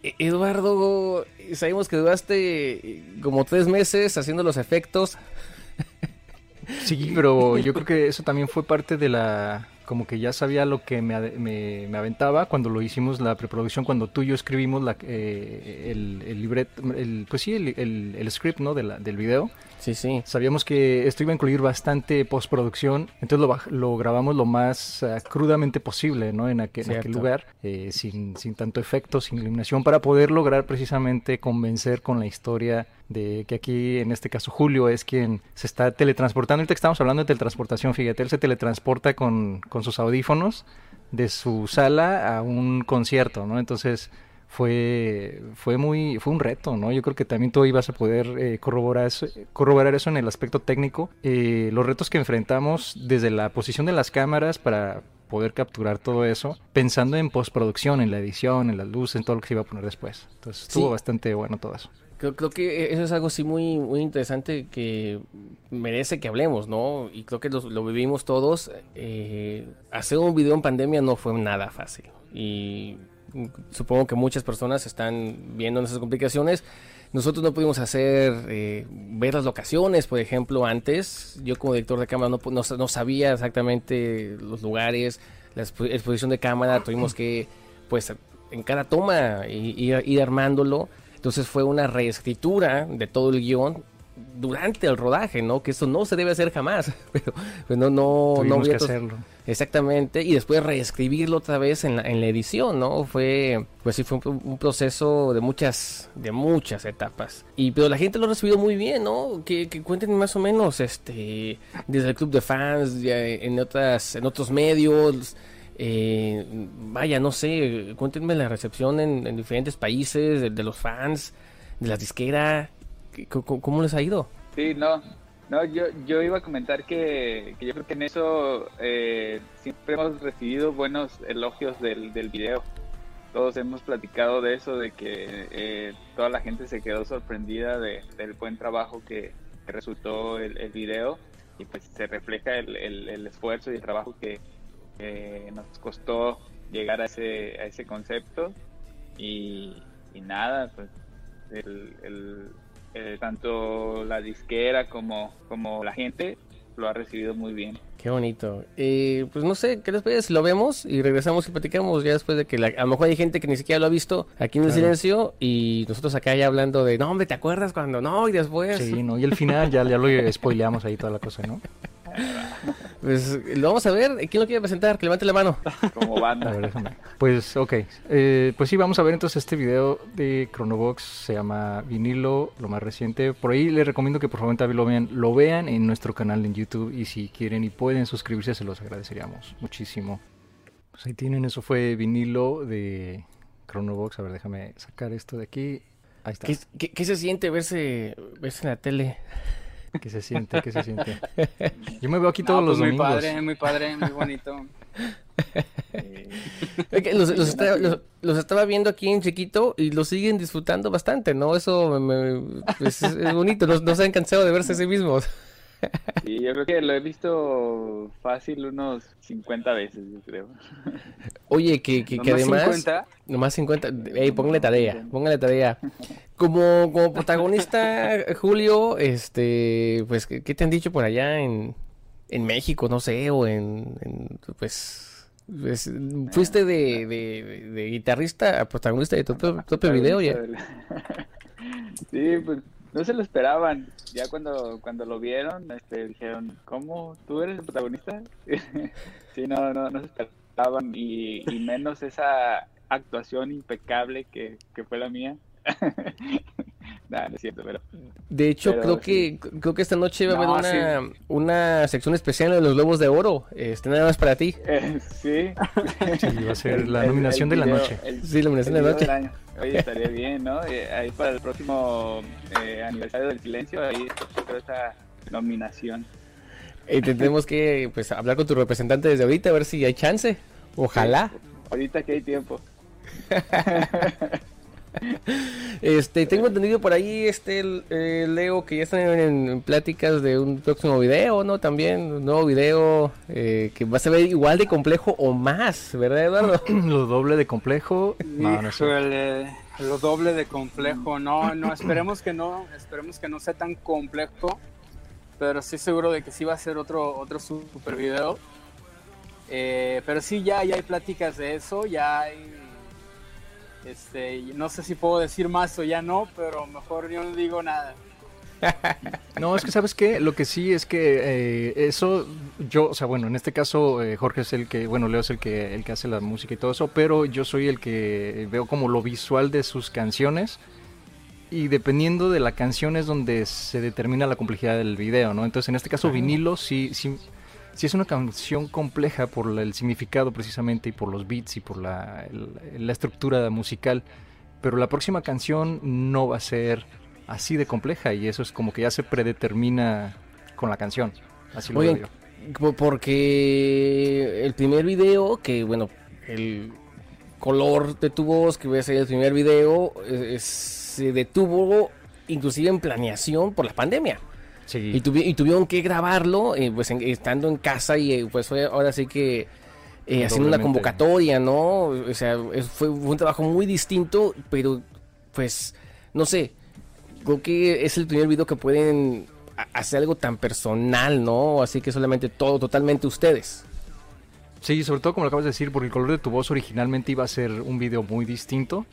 Speaker 2: e- Eduardo, sabemos que duraste eh, como tres meses haciendo los efectos.
Speaker 1: Sí, pero yo creo que eso también fue parte de la... Como que ya sabía lo que me, ade- me- me aventaba cuando lo hicimos la preproducción, cuando tú y yo escribimos la, eh, el, el libret, el, pues sí, el, el- el script ¿no? de la- del video.
Speaker 2: Sí, sí.
Speaker 1: Sabíamos que esto iba a incluir bastante postproducción, entonces lo, baj- lo grabamos lo más ah, crudamente posible, ¿no? En, aquel- en aquel
Speaker 2: Cierto.
Speaker 1: lugar, eh, sin, sin tanto efecto, sin iluminación, para poder lograr precisamente convencer con la historia de que aquí, en este caso, Julio es quien se está teletransportando. Ahorita que estamos hablando de teletransportación, fíjate, él se teletransporta con, con sus audífonos de su sala a un concierto, ¿no? Entonces fue fue muy fue un reto, ¿no? Yo creo que también tú ibas a poder eh, corroborar eso, corroborar eso en el aspecto técnico, Eh, los retos que enfrentamos desde la posición de las cámaras para poder capturar todo eso, pensando en postproducción, en la edición, en las luces, en todo lo que se iba a poner después. Entonces estuvo
Speaker 2: Sí.
Speaker 1: bastante bueno todo eso.
Speaker 2: Creo, creo que e, eso es algo sí muy, muy interesante que merece que hablemos, ¿no? Y creo que los- lo vivimos todos. Eh, hacer un video en pandemia no fue nada fácil. Y mm, supongo que muchas personas están viendo esas complicaciones. Nosotros no pudimos hacer, eh, ver las locaciones, por ejemplo, antes. Yo como director de cámara no, pu- no sa- no sabía exactamente los lugares, la expo- exposición de cámara, tuvimos que, pues, en cada toma i- ir, ir armándolo. Entonces fue una reescritura de todo el guión durante el rodaje, ¿no? Que eso no se debe hacer jamás. Pero, pues, no, no, no
Speaker 1: Tuvimos
Speaker 2: había
Speaker 1: que
Speaker 2: otros-
Speaker 1: hacerlo.
Speaker 2: Exactamente, y después reescribirlo otra vez en la, en la edición, ¿no? Fue, pues sí, fue un, un proceso de muchas, de muchas etapas. Y, pero la gente lo ha recibido muy bien, ¿no? Que, que cuenten más o menos, este, desde el club de fans, ya en otras, en otros medios, eh, vaya, no sé, cuéntenme la recepción en, en diferentes países, de, de los fans, de la disquera, ¿Qué- co- co- ¿cómo, les ha ido?
Speaker 4: Sí, no, no yo, yo iba a comentar que, que yo creo que en eso eh, siempre hemos recibido buenos elogios del, del video. Todos hemos platicado de eso, de que eh, toda la gente se quedó sorprendida de- del buen trabajo que, que resultó el, el video y pues se refleja el, el- el esfuerzo y el trabajo que que nos costó llegar a ese, a ese concepto y, y nada, pues el, el- eh, tanto la disquera como, como la gente lo ha recibido muy bien.
Speaker 2: Qué bonito. Eh, pues no sé, ¿qué les parece? si Lo vemos y regresamos y platicamos ya después de que la- a lo mejor hay gente que ni siquiera lo ha visto aquí en el
Speaker 1: Claro.
Speaker 2: silencio y nosotros acá ya hablando de, no, hombre, ¿te acuerdas cuando? No, y después.
Speaker 1: Sí, ¿no? Y el final ya, ya lo spoileamos ahí toda la cosa, ¿no?
Speaker 2: Pues lo vamos a ver. ¿Quién lo quiere presentar? Que levante la mano.
Speaker 4: Como
Speaker 1: A ver,
Speaker 4: banda,
Speaker 1: déjame. Pues, ok. Eh, pues sí, vamos a ver entonces este video de Chronobox. Se llama Vinilo, lo más reciente. Por ahí les recomiendo que por favor también lo vean, lo vean en nuestro canal en YouTube. Y si quieren y pueden suscribirse, se los agradeceríamos muchísimo. Pues ahí tienen, eso fue Vinilo de Chronobox. A ver, déjame sacar esto de aquí. Ahí está.
Speaker 2: ¿Qué, qué- qué se siente verse, verse en la tele?
Speaker 1: ¿Qué se siente? ¿Qué se siente? Yo me veo aquí
Speaker 3: No,
Speaker 1: todos los
Speaker 3: pues, muy
Speaker 1: domingos.
Speaker 3: padre, muy padre, muy bonito.
Speaker 4: eh,
Speaker 2: Es que Los, los estaba, los- los estaba viendo aquí en chiquito y los siguen disfrutando bastante, ¿no? Eso me- me- pues, es, es bonito. No, no se han cansado de verse a sí mismos.
Speaker 4: y yo creo que lo he visto fácil unos 50 veces, yo creo.
Speaker 2: Oye, que, que, que
Speaker 3: Nomás
Speaker 2: además.
Speaker 3: 50.
Speaker 2: Nomás 50. Ey, póngale tarea, póngale tarea. Como, como protagonista, Julio, este, pues, ¿qué, qué te han dicho por allá en, en México? No sé, o en, en, pues, pues, fuiste de, de- de- de guitarrista a protagonista de tu pro- propio video, ya.
Speaker 4: Sí, pues no se lo esperaban. Ya cuando, cuando lo vieron, este, dijeron, ¿cómo? ¿Tú eres el protagonista? sí, no, no, no se esperaban. Y, y menos esa actuación impecable que, que fue la mía. Nah, no es cierto, pero
Speaker 2: De hecho,
Speaker 4: Pero
Speaker 2: creo
Speaker 4: sí.
Speaker 2: que, creo que esta noche va a haber
Speaker 3: No,
Speaker 2: una, una sección especial de los Globos de Oro, este, nada más para ti.
Speaker 4: eh, sí.
Speaker 1: Sí, va a ser la
Speaker 4: El- el
Speaker 1: nominación de la
Speaker 4: video-
Speaker 1: noche.
Speaker 4: el-
Speaker 2: Sí, la nominación de
Speaker 4: el
Speaker 2: la
Speaker 4: video
Speaker 2: noche.
Speaker 4: del año. Oye, estaría bien, ¿no? Eh, ahí para el próximo eh, aniversario del silencio, ahí creo esa nominación.
Speaker 2: Eh, tendremos que, pues, hablar con tu representante desde ahorita, a ver si hay chance. Ojalá.
Speaker 4: Ahorita que hay tiempo.
Speaker 2: Este, tengo entendido por ahí, este, el- eh, Leo, que ya están en, en pláticas de un próximo video, ¿no? También, un nuevo video eh, que va a ser igual de complejo o más, ¿verdad, Eduardo?
Speaker 1: Lo doble de complejo. No, no es cierto.
Speaker 3: Híjole, lo doble de complejo. No, no, esperemos que no, esperemos que no sea tan complejo, pero estoy seguro de que sí va a ser otro, otro super video. Eh, pero sí, ya, ya hay pláticas de eso, ya hay, este, no sé si puedo decir más o ya no, pero mejor yo no digo nada.
Speaker 1: No, es que sabes qué, lo que sí es que eh, eso, yo, o sea, bueno, en este caso eh, Jorge es el que, bueno, Leo es el que, el que hace la música y todo eso, pero yo soy el que veo como lo visual de sus canciones y dependiendo de la canción es donde se determina la complejidad del video, ¿no? Entonces, en este caso, vinilo sí, sí, sí es una canción compleja por la- el significado precisamente y por los beats y por la, el- la estructura musical, pero la próxima canción no va a ser así de compleja y eso es como que ya se predetermina con la canción. Así lo
Speaker 2: Oigan,
Speaker 1: veo yo.
Speaker 2: Po- Porque el primer video, que bueno, el color de tu voz, que voy a ser el primer video, eh, eh, se detuvo inclusive en planeación por la pandemia.
Speaker 1: Sí.
Speaker 2: Y, tuvi- y tuvieron que grabarlo, eh, pues en- estando en casa y eh, pues fue ahora sí que eh, haciendo una
Speaker 1: Doblemente.
Speaker 2: convocatoria, ¿no? O sea, es- fue un trabajo muy distinto, pero pues no sé, creo que es el primer video que pueden a- hacer algo tan personal, ¿no? Así que solamente todo, totalmente ustedes.
Speaker 1: Sí, sobre todo como lo acabas de decir, porque el color de tu voz originalmente iba a ser un video muy distinto.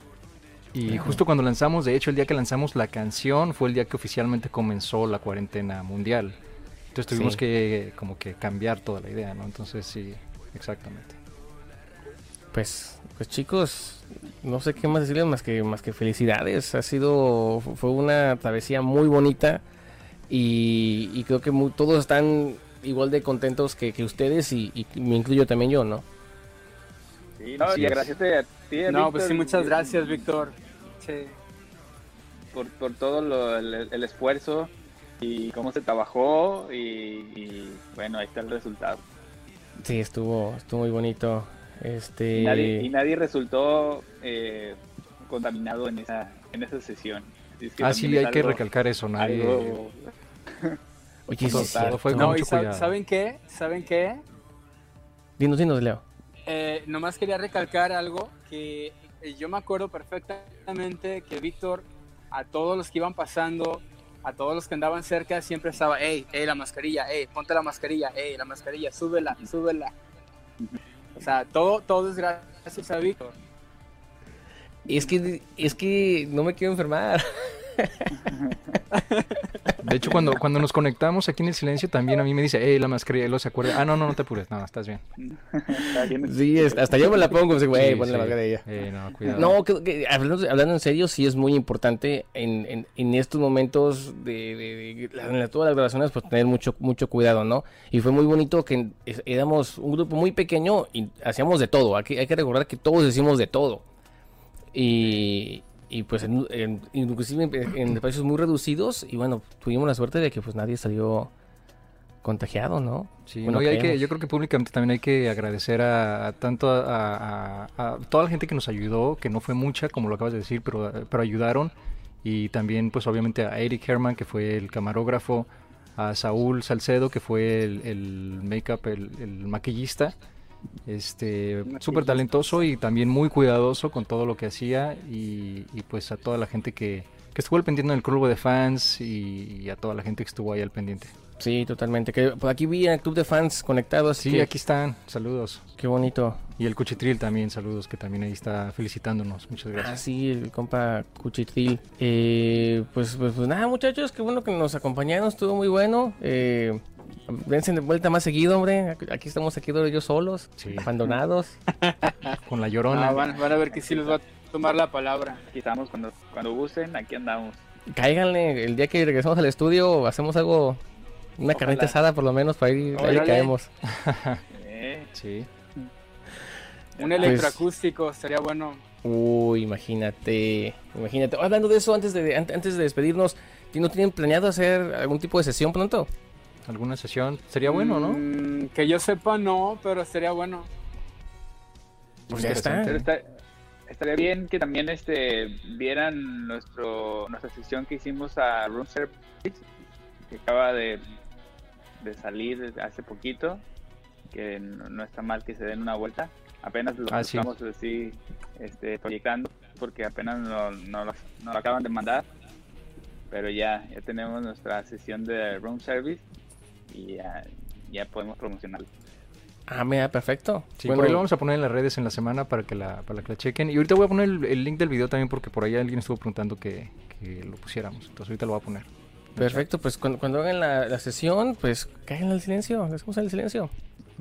Speaker 1: Y justo cuando lanzamos, de hecho, el día que lanzamos la canción fue el día que oficialmente comenzó la cuarentena mundial. Entonces tuvimos
Speaker 2: Sí.
Speaker 1: que como que cambiar toda la idea, ¿no? Entonces sí, exactamente.
Speaker 2: Pues, pues chicos, no sé qué más decirles más que, más que felicidades. Ha sido, fue una travesía muy bonita y, y creo que mu- todos están igual de contentos que, que ustedes y, y me incluyo también yo, ¿no?
Speaker 4: Sí, no,
Speaker 1: Así
Speaker 4: y
Speaker 1: es.
Speaker 4: agradecerte a ti.
Speaker 3: No,
Speaker 4: Víctor,
Speaker 3: pues sí, muchas
Speaker 4: y-
Speaker 3: gracias, Víctor. Sí.
Speaker 4: Por, por todo lo- el, el esfuerzo y cómo se trabajó y, y, bueno, ahí está el resultado.
Speaker 2: Sí, estuvo, estuvo muy bonito. Este,
Speaker 4: Y nadie, y nadie resultó eh, contaminado en esa, en esa sesión. Así es que
Speaker 1: ah, sí, hay
Speaker 4: también es
Speaker 1: que
Speaker 4: algo-
Speaker 1: recalcar eh, eso, nadie...
Speaker 4: algo-
Speaker 2: oye, sí,
Speaker 1: todo-
Speaker 2: es
Speaker 1: todo fue
Speaker 2: cierto.
Speaker 1: con
Speaker 3: No, y
Speaker 1: mucho
Speaker 3: sa-
Speaker 1: cuidado.
Speaker 3: ¿saben qué? ¿Saben qué?
Speaker 2: Dinos, dinos, Leo.
Speaker 3: Eh, nomás quería recalcar algo que eh, yo me acuerdo perfectamente que Víctor, a todos los que iban pasando, a todos los que andaban cerca, siempre estaba, hey, hey, la mascarilla, hey, ponte la mascarilla, hey, la mascarilla, súbela, súbela. O sea, todo, todo es gracias a Víctor.
Speaker 2: Es que, es que no me quiero enfermar.
Speaker 1: De hecho, cuando, cuando nos conectamos aquí en el silencio, también a mí me dice, hey, la mascarilla, y luego se acuerda. Ah, no, no, no te apures, no, estás bien.
Speaker 4: Está bien.
Speaker 2: Sí, es- hasta yo me la pongo, así, güey,
Speaker 1: Sí,
Speaker 2: ponle la
Speaker 1: sí.
Speaker 2: máscara a ella.
Speaker 1: Eh, no, cuidado.
Speaker 2: No, que- que hablando, hablando en serio, sí es muy importante en, en- en estos momentos de, de- de la- en la- todas las grabaciones, pues tener mucho, mucho cuidado, ¿no? Y fue muy bonito que es- éramos un grupo muy pequeño y hacíamos de todo. Hay que, hay que recordar que todos hicimos de todo. Y, y, pues en- en- inclusive en, en espacios muy reducidos y bueno, tuvimos la suerte de que pues nadie salió contagiado, ¿no?
Speaker 1: Sí,
Speaker 2: Bueno,
Speaker 1: no, y hay que,
Speaker 2: creemos.
Speaker 1: yo creo que públicamente también hay que agradecer a, a tanto a, a- a- a toda la gente que nos ayudó, que no fue mucha, como lo acabas de decir, pero, pero ayudaron. Y también, pues obviamente, a Eric Herman, que fue el camarógrafo, a Saúl Salcedo, que fue el, el make-up, el, el maquillista. Este, súper talentoso y también muy cuidadoso con todo lo que hacía. Y, y, pues a toda la gente que, que estuvo al pendiente en el club de fans y, y a toda la gente que estuvo ahí al pendiente.
Speaker 2: Sí, totalmente. Que por aquí vi al club de fans conectados.
Speaker 1: Sí,
Speaker 2: que-
Speaker 1: aquí están. Saludos.
Speaker 2: Qué bonito.
Speaker 1: Y el Cuchitril también, saludos, que también ahí está felicitándonos. Muchas
Speaker 2: Ah,
Speaker 1: gracias.
Speaker 2: sí, el compa Cuchitril. Eh, pues, pues, pues nada, muchachos, qué bueno que nos acompañaron, estuvo muy bueno. Eh, dense de vuelta más seguido, hombre. Aquí estamos aquí yo solos,
Speaker 1: Sí.
Speaker 2: abandonados.
Speaker 1: Con la
Speaker 3: Ah,
Speaker 1: llorona.
Speaker 3: van, van a ver que sí les va a tomar la palabra.
Speaker 4: Aquí estamos cuando, cuando gusten, aquí andamos.
Speaker 2: Cáiganle, el día que regresemos al estudio, hacemos algo, una carnita asada por lo menos, para ir, ahí
Speaker 3: Órale.
Speaker 2: caemos.
Speaker 4: Eh,
Speaker 1: Sí.
Speaker 3: Un
Speaker 1: Pues,
Speaker 4: Ah,
Speaker 3: electroacústico sería bueno.
Speaker 2: Uy, imagínate, imagínate. Oh, Hablando de eso, antes de, an- antes de despedirnos, ¿no tienen planeado hacer algún tipo de sesión pronto?
Speaker 1: ¿Alguna sesión? Sería bueno, ¿no?
Speaker 3: Mm, que yo sepa, no, pero sería bueno.
Speaker 2: Pues ya está.
Speaker 1: Interesante.
Speaker 4: Pero está- estaría bien que también este vieran nuestro nuestra sesión que hicimos a Room Service, que acaba de, de salir hace poquito, que no, no está mal que se den una vuelta. Apenas lo
Speaker 1: Ah, sí.
Speaker 4: estamos así este, proyectando, porque apenas no- no lo- no lo acaban de mandar. Pero ya, ya tenemos nuestra sesión de Room Service y ya, ya podemos promocionarlo.
Speaker 2: Ah, mira, perfecto.
Speaker 1: Sí, por ahí lo vamos a poner en las redes en la semana para que la, para que la chequen. Y ahorita voy a poner el, el link del video también porque por ahí alguien estuvo preguntando que, que lo pusiéramos. Entonces ahorita lo voy a poner.
Speaker 2: Perfecto, pues cuando, cuando hagan la, la sesión, pues caigan al silencio, les vamos al silencio.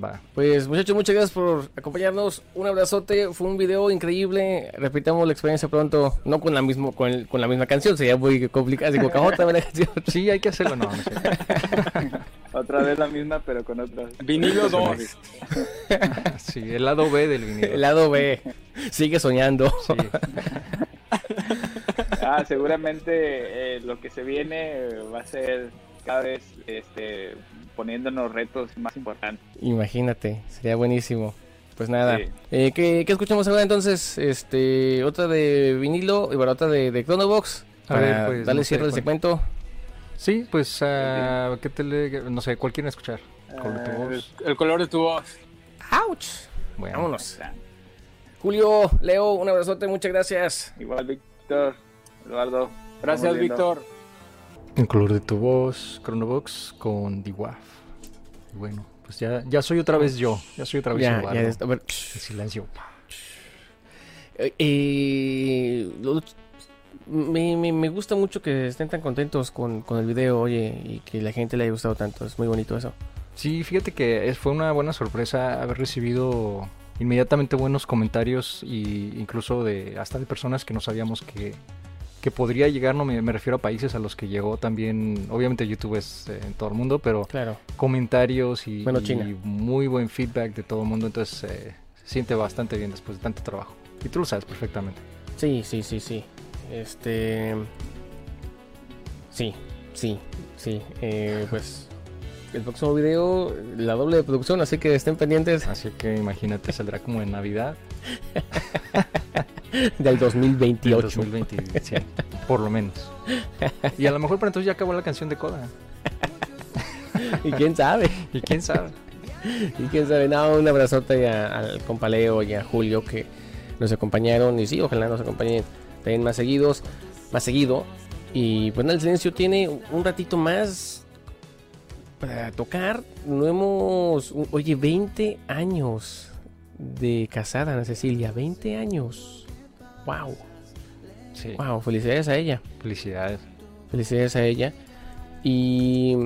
Speaker 1: Va.
Speaker 2: Pues muchachos, muchas gracias por acompañarnos, un abrazote, fue un video increíble, repitamos la experiencia pronto, no con la, mismo, con, el- con la misma canción, sería muy complicado, digo, ¿cómo otra vez la canción?
Speaker 1: Sí, hay que hacerlo. No, no es cierto.
Speaker 4: Otra vez la misma, pero con otras.
Speaker 3: Vinilo 2.
Speaker 1: Sí, el lado B del
Speaker 2: El
Speaker 1: vinilo.
Speaker 2: lado B, sigue soñando.
Speaker 1: Sí.
Speaker 4: Ah, seguramente eh, lo que se viene eh, va a ser cada vez este, poniéndonos retos más importantes.
Speaker 2: Imagínate, sería buenísimo. Pues nada,
Speaker 4: Sí.
Speaker 2: eh, ¿qué, qué escuchamos ahora entonces? Este, otra de vinilo y otra de, de Chronobox.
Speaker 1: A
Speaker 2: Para
Speaker 1: ver, pues,
Speaker 2: darle
Speaker 1: no sé
Speaker 2: cierre al
Speaker 1: cuál.
Speaker 2: segmento.
Speaker 1: Sí, pues, ah, ¿qué te le- No sé, ¿cuál quieren escuchar? Con tu
Speaker 3: Ah,
Speaker 1: voz.
Speaker 3: El color de tu voz.
Speaker 2: ¡Auch!
Speaker 1: Bueno,
Speaker 2: Vámonos. Julio, Leo, un abrazote, muchas gracias.
Speaker 4: Igual, Víctor, Eduardo. estamos
Speaker 3: Gracias,
Speaker 4: viendo.
Speaker 3: Víctor.
Speaker 1: El color de tu voz, Chronobox con The Waff. Bueno, pues ya, ya soy otra vez yo. Ya soy otra vez
Speaker 2: Ya,
Speaker 1: Eduardo.
Speaker 2: ya, a ver.
Speaker 1: El silencio.
Speaker 2: Eh, eh, lo- me, me- me gusta mucho que estén tan contentos con, con el video, oye, y que la gente le haya gustado tanto. Es muy bonito eso.
Speaker 1: Sí, fíjate que es- fue una buena sorpresa haber recibido inmediatamente buenos comentarios y incluso de hasta de personas que no sabíamos que, que podría llegar, no me, me refiero a países a los que llegó también, obviamente YouTube es eh, en todo el mundo, pero
Speaker 2: Claro.
Speaker 1: comentarios y,
Speaker 2: Bueno,
Speaker 1: y
Speaker 2: China.
Speaker 1: muy buen feedback de todo el mundo, entonces eh, se siente bastante bien después de tanto trabajo. Y tú lo sabes perfectamente.
Speaker 2: Sí, sí, sí, sí. Este. Sí, sí, sí. Eh, pues. El próximo video, la doble de producción, así que estén pendientes
Speaker 1: Así que imagínate, saldrá como en Navidad
Speaker 2: del
Speaker 1: del
Speaker 2: 2028.
Speaker 1: 2020, sí, por lo menos. Y a lo mejor para entonces ya acabó la canción de Coda.
Speaker 2: Y quién sabe,
Speaker 1: Y quién sabe.
Speaker 2: y quién sabe. No, un abrazote a- al compaleo y a Julio que nos acompañaron. Y sí, ojalá nos acompañen también más seguidos, más seguido. Y bueno, el silencio tiene un ratito más para tocar. No hemos. u- Oye, 20 años de casada, Ana Cecilia. 20 años. ¡Wow!
Speaker 1: Sí,
Speaker 2: ¡Wow! Felicidades a ella.
Speaker 1: felicidades.
Speaker 2: Felicidades a ella. Y.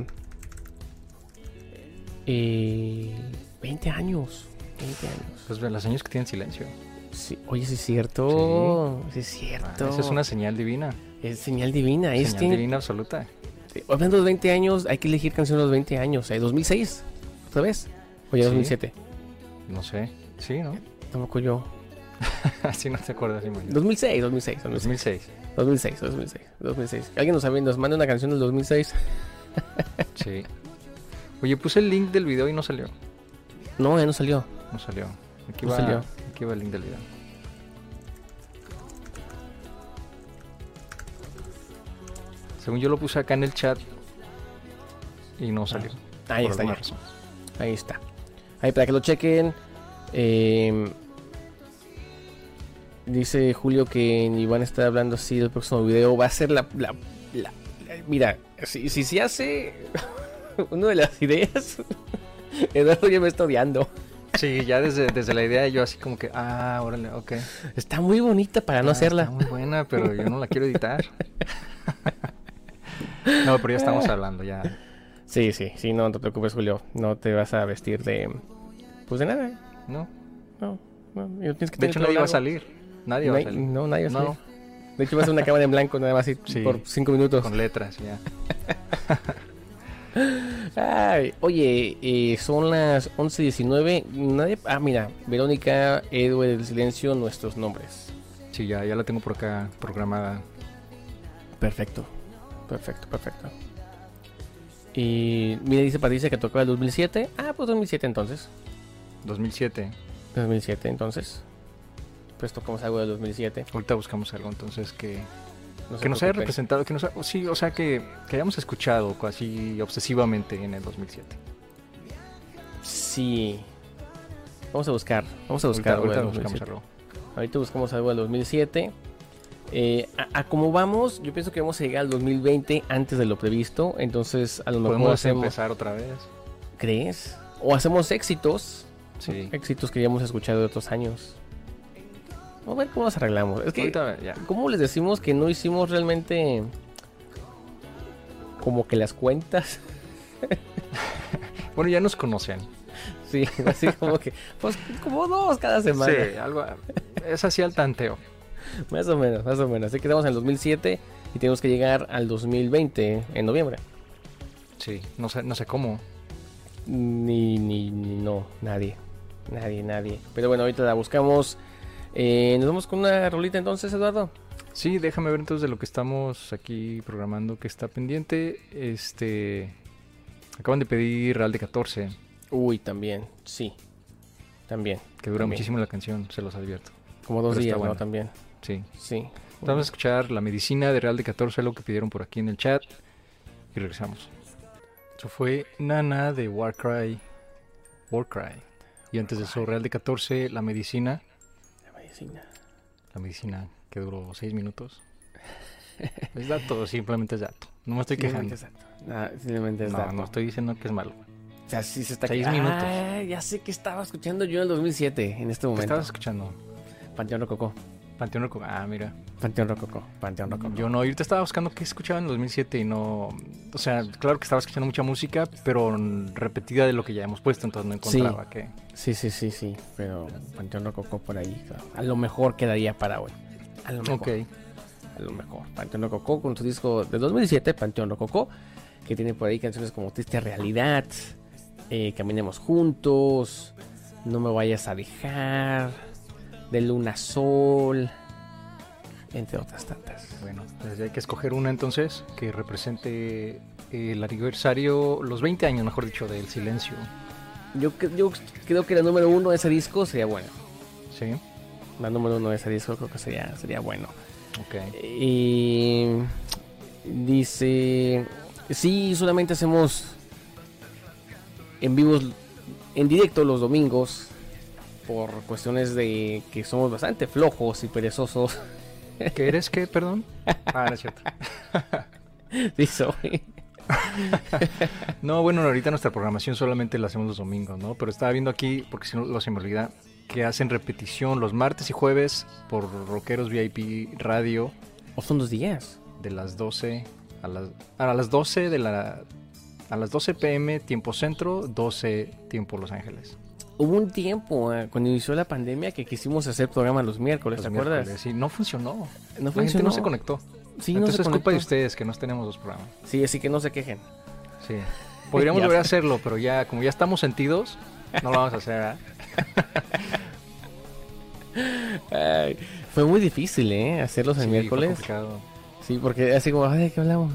Speaker 2: eh, 20 años. 20 años.
Speaker 1: Pues ve, los años que tienen silencio.
Speaker 2: Sí, oye, sí es cierto. Sí, es
Speaker 1: Ah,
Speaker 2: cierto.
Speaker 1: esa es una señal divina.
Speaker 2: Es señal divina. es
Speaker 1: señal
Speaker 2: tiene-
Speaker 1: divina absoluta.
Speaker 2: Sí, Hablando de 20 años, hay que elegir canciones de los 20 años. ¿eh? 2006, otra vez. O ya
Speaker 1: Sí.
Speaker 2: 2007.
Speaker 1: No sé. Sí, ¿no?
Speaker 2: Tampoco yo.
Speaker 1: Así no te acuerdas, imagínate.
Speaker 2: 2006, 2006, 2006,
Speaker 1: 2006.
Speaker 2: 2006, 2006. 2006. Alguien nos, sabe- nos manda una canción del 2006.
Speaker 1: Sí. Oye, puse el link del video y no salió.
Speaker 2: No, ya no salió.
Speaker 1: No salió. Aquí
Speaker 2: No
Speaker 1: va,
Speaker 2: salió.
Speaker 1: Aquí va el link del video. Según yo lo puse acá en el chat y no salió.
Speaker 2: Ah, Ahí
Speaker 1: por
Speaker 2: está,
Speaker 1: alguna
Speaker 2: ya.
Speaker 1: razón.
Speaker 2: Ahí está. Ahí para que lo chequen. Eh, dice Julio que ni van a estar hablando así del próximo video. Va a ser la. la- la- la- mira, si, si se hace una de las ideas, Eduardo ya me está odiando.
Speaker 1: Sí, ya desde, desde la idea yo así como que, ah, órale, ok.
Speaker 2: Está muy bonita para no
Speaker 1: Ah,
Speaker 2: hacerla.
Speaker 1: Está muy buena, pero yo no la quiero editar. no, pero ya estamos hablando, ya.
Speaker 2: Sí, sí, sí, no te preocupes, Julio. No te vas a vestir de. Pues de nada.
Speaker 1: No.
Speaker 2: No, no. y tienes que
Speaker 1: De
Speaker 2: tener
Speaker 1: hecho,
Speaker 2: pelo
Speaker 1: nadie va a
Speaker 2: largo.
Speaker 1: salir. Nadie va a
Speaker 2: Nadie-
Speaker 1: salir.
Speaker 2: No, nadie va a salir.
Speaker 1: No,
Speaker 2: De hecho, va a ser una cámara en blanco nada más así
Speaker 1: Sí.
Speaker 2: por cinco minutos.
Speaker 1: con letras, ya.
Speaker 2: Ay, oye, eh, son las 11.19. Nadie. Ah, mira, Verónica, Edward, El Silencio, nuestros nombres.
Speaker 1: Sí, ya, ya la tengo por acá programada.
Speaker 2: Perfecto. Perfecto, perfecto. Y mira, dice Patricia que tocaba el 2007. Ah, pues 2007 entonces.
Speaker 1: 2007.
Speaker 2: 2007 entonces. Pues tocamos algo del 2007.
Speaker 1: Ahorita buscamos algo, entonces, que,
Speaker 2: No se
Speaker 1: que nos haya
Speaker 2: preocupen.
Speaker 1: representado, que nos ha- sí, o sea, que, que hayamos escuchado así obsesivamente en el 2007.
Speaker 2: Sí. Vamos a buscar. Vamos a
Speaker 1: Ahorita,
Speaker 2: buscar. algo
Speaker 1: ahorita
Speaker 2: del
Speaker 1: buscamos
Speaker 2: 2007.
Speaker 1: algo.
Speaker 2: Ahorita buscamos algo del 2007. Eh, a, a como vamos, yo pienso que vamos a llegar al 2020 antes de lo previsto. Entonces, a lo mejor
Speaker 1: Podemos
Speaker 2: hacemos.
Speaker 1: empezar otra vez.
Speaker 2: ¿Crees? O hacemos éxitos.
Speaker 1: Sí.
Speaker 2: Éxitos que ya hemos escuchado de otros años. Vamos a ver cómo nos arreglamos. Es que,
Speaker 1: Ahorita, ya.
Speaker 2: ¿cómo les decimos que no hicimos realmente. como que las cuentas?
Speaker 1: Bueno, ya nos conocen.
Speaker 2: Sí, así como que. Pues como dos cada semana.
Speaker 1: Sí, algo. Es así al tanteo.
Speaker 2: Más o menos, más o menos. Así que estamos en el 2007 y tenemos que llegar al 2020 en noviembre.
Speaker 1: Sí, no sé, no sé cómo.
Speaker 2: Ni, ni, ni- no, nadie. Nadie, nadie. Pero bueno, ahorita la buscamos. Eh, Nos vamos con una rolita entonces, Eduardo.
Speaker 1: Sí, déjame ver entonces de lo que estamos aquí programando que está pendiente. Este. Acaban de pedir Real de 14,
Speaker 2: Uy, también, sí. También.
Speaker 1: que dura
Speaker 2: También.
Speaker 1: muchísimo la canción, se los advierto.
Speaker 2: Como dos
Speaker 1: Pero está
Speaker 2: días, ¿no?
Speaker 1: buena.
Speaker 2: También.
Speaker 1: Sí.
Speaker 2: Sí.
Speaker 1: Vamos a escuchar La medicina de Real de 14, lo que pidieron por aquí en el chat. Y regresamos. Eso fue Nana de Warcry. Warcry. Y antes de eso, Real de 14, La medicina.
Speaker 2: La medicina.
Speaker 1: La medicina que duró 6 minutos. Es dato, simplemente es dato. No me estoy quejando.
Speaker 2: Ah, Simplemente es dato. Nada, simplemente es
Speaker 1: No,
Speaker 2: dato.
Speaker 1: no estoy diciendo que es malo.
Speaker 2: O sea, sí se está
Speaker 1: Seis
Speaker 2: Ah,
Speaker 1: minutos.
Speaker 2: ya sé que estaba escuchando yo en el 2007, en este
Speaker 1: ¿Qué
Speaker 2: momento.
Speaker 1: estabas escuchando?
Speaker 2: Panteón Rococó.
Speaker 1: Panteón Rococó. Ah, mira.
Speaker 2: Panteón Rococó. Panteón Rococó.
Speaker 1: Yo no, yo te estaba buscando qué escuchaba en 2007 y no... O sea, claro que estaba escuchando mucha música, pero mm, repetida de lo que ya hemos puesto, entonces no
Speaker 2: Sí.
Speaker 1: encontraba que...
Speaker 2: Sí, sí, sí, sí. Pero Panteón Rococó por ahí. claro. A lo mejor quedaría para hoy. A lo mejor.
Speaker 1: Ok,
Speaker 2: A lo mejor. Panteón Rococó con su disco de 2017, Panteón Rococó. Que tiene por ahí canciones como Triste Realidad. eh, Caminemos juntos. No me vayas a dejar. De Luna a Sol. Entre otras tantas.
Speaker 1: bueno, pues hay que escoger una entonces que represente el aniversario, los 20 años, mejor dicho, del silencio.
Speaker 2: Yo, cre- yo creo que la número uno de ese disco sería bueno.
Speaker 1: Sí,
Speaker 2: La número uno de ese disco creo que sería, sería bueno.
Speaker 1: ok.
Speaker 2: Y dice, sí, solamente hacemos en vivos, en directo los domingos, por cuestiones de que somos bastante flojos y perezosos.
Speaker 1: ¿Qué eres qué, perdón? Ah, no es cierto.
Speaker 2: Dice, "Oye,
Speaker 1: No, bueno, ahorita nuestra programación solamente la hacemos los domingos, ¿no? Pero estaba viendo aquí, porque si no lo se me olvida, que hacen repetición los martes y jueves por Rockeros VIP Radio
Speaker 2: ¿o son dos días?
Speaker 1: de las 12 a las, a las 12 de la... A las 12 pm, tiempo centro, 12 tiempo Los Ángeles.
Speaker 2: Hubo un tiempo, eh, cuando inició la pandemia, que quisimos hacer programa los miércoles,
Speaker 1: Los
Speaker 2: ¿te acuerdas?
Speaker 1: miércoles. Y no funcionó.
Speaker 2: No
Speaker 1: La gente
Speaker 2: funcionó.
Speaker 1: no se conectó.
Speaker 2: Sí, no se
Speaker 1: Entonces es culpa de
Speaker 2: conectó.
Speaker 1: ustedes que no tenemos dos programas.
Speaker 2: Sí, así que no se quejen.
Speaker 1: Sí. Podríamos
Speaker 2: Ya
Speaker 1: volver a
Speaker 2: sé.
Speaker 1: hacerlo, pero ya, como ya estamos sentidos, no lo vamos a hacer. ¿ah? ¿verdad?
Speaker 2: Ay, fue muy difícil, ¿eh? Hacerlos el
Speaker 1: Sí, fue
Speaker 2: miércoles.
Speaker 1: complicado.
Speaker 2: Sí, porque así como, ay, ¿de qué hablamos?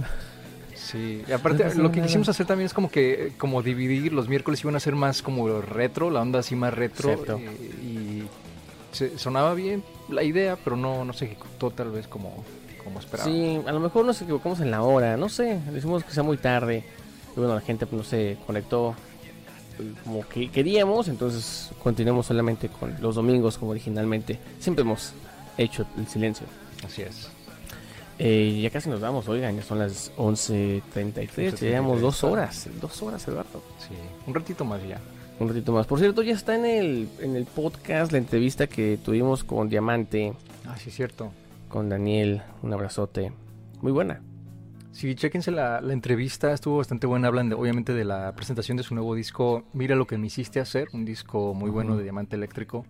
Speaker 1: Sí, y aparte
Speaker 2: No pasa
Speaker 1: lo que
Speaker 2: nada.
Speaker 1: quisimos hacer también es como que como dividir los miércoles iban a ser más como retro, la onda así más retro
Speaker 2: Cierto.
Speaker 1: eh, y se- sonaba bien la idea, pero no no se ejecutó tal vez como como esperaba.
Speaker 2: Sí, a lo mejor nos equivocamos en la hora, no sé, decimos que sea muy tarde. Y bueno, la gente pues, no se conectó eh, como que queríamos, entonces continuamos solamente con los domingos como originalmente. Siempre hemos hecho el silencio.
Speaker 1: Así es.
Speaker 2: Eh, ya casi nos vamos, oigan, ya son las 11.33, ya llevamos dos horas, dos horas, Eduardo.
Speaker 1: Sí, un ratito más y ya.
Speaker 2: Un ratito más. Por cierto, ya está en el, en el podcast la entrevista que tuvimos con Diamante,
Speaker 1: Ah, sí, cierto.
Speaker 2: con Daniel, un abrazote. Muy buena.
Speaker 1: Sí, chéquense la, la entrevista, estuvo bastante buena. Hablan de- obviamente de la presentación de su nuevo disco, Mira lo que me hiciste hacer, un disco muy bueno
Speaker 2: Ujú.
Speaker 1: de Diamante Eléctrico.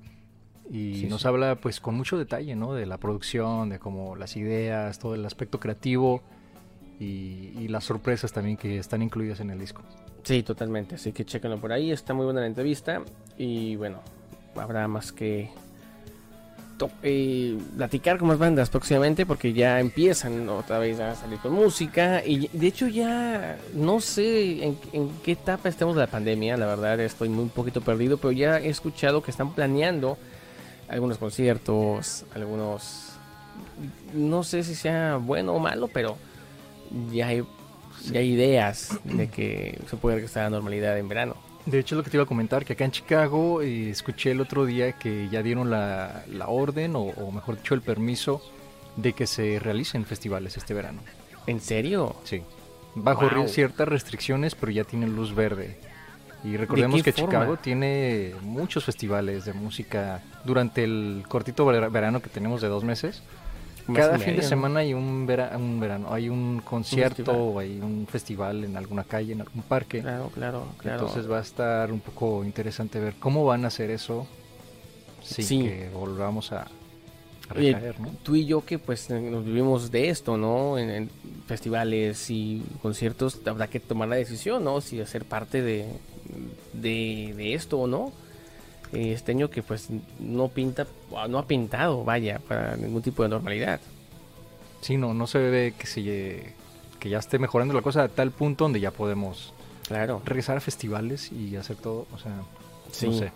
Speaker 1: Y
Speaker 2: Sí,
Speaker 1: nos
Speaker 2: sí.
Speaker 1: habla pues con mucho detalle, ¿no? De la producción, de cómo las ideas, todo el aspecto creativo y, y las sorpresas también que están incluidas en el disco.
Speaker 2: Sí, totalmente. Así que chéquenlo por ahí. Está muy buena la entrevista. Y bueno, habrá más que to- eh, platicar con más bandas próximamente porque ya empiezan otra vez a salir con música. Y de hecho ya no sé en, en qué etapa estemos de la pandemia. La verdad estoy muy un poquito perdido, pero ya he escuchado que están planeando algunos conciertos, algunos... No sé si sea bueno o malo, pero ya hay Pues, ya hay ideas de que se puede regresar a la normalidad en verano.
Speaker 1: De hecho, es lo que te iba a comentar, que acá en Chicago eh, escuché el otro día que ya dieron la, la orden, o, o mejor dicho, el permiso de que se realicen festivales este verano.
Speaker 2: ¿En serio?
Speaker 1: Sí. Bajo
Speaker 2: Wow.
Speaker 1: re- ciertas restricciones, pero ya tienen luz verde. Y recordemos
Speaker 2: qué
Speaker 1: que
Speaker 2: forma?
Speaker 1: Chicago tiene muchos festivales de música durante el cortito ver- verano que tenemos de dos meses.
Speaker 2: Más
Speaker 1: Cada
Speaker 2: y
Speaker 1: fin de
Speaker 2: medio, ¿no?
Speaker 1: semana hay un, vera- un verano, hay un concierto
Speaker 2: festival.
Speaker 1: o hay un festival en alguna calle, en algún parque.
Speaker 2: Claro, claro, claro.
Speaker 1: Entonces va a estar un poco interesante ver cómo van a hacer eso sin
Speaker 2: Sí.
Speaker 1: que volvamos a, a
Speaker 2: Oye,
Speaker 1: recaer, ¿no?
Speaker 2: Tú y yo que pues eh, nos vivimos de esto, ¿no? En, en festivales y conciertos habrá que tomar la decisión, ¿no? Si hacer parte de, de, de esto o no. Eh, Este año que pues no pinta, no ha pintado, vaya, para ningún tipo de normalidad.
Speaker 1: Sí, no, no se ve que, se, que ya esté mejorando la cosa a tal punto donde ya podemos
Speaker 2: Claro.
Speaker 1: regresar a festivales y hacer todo, o sea, no sé.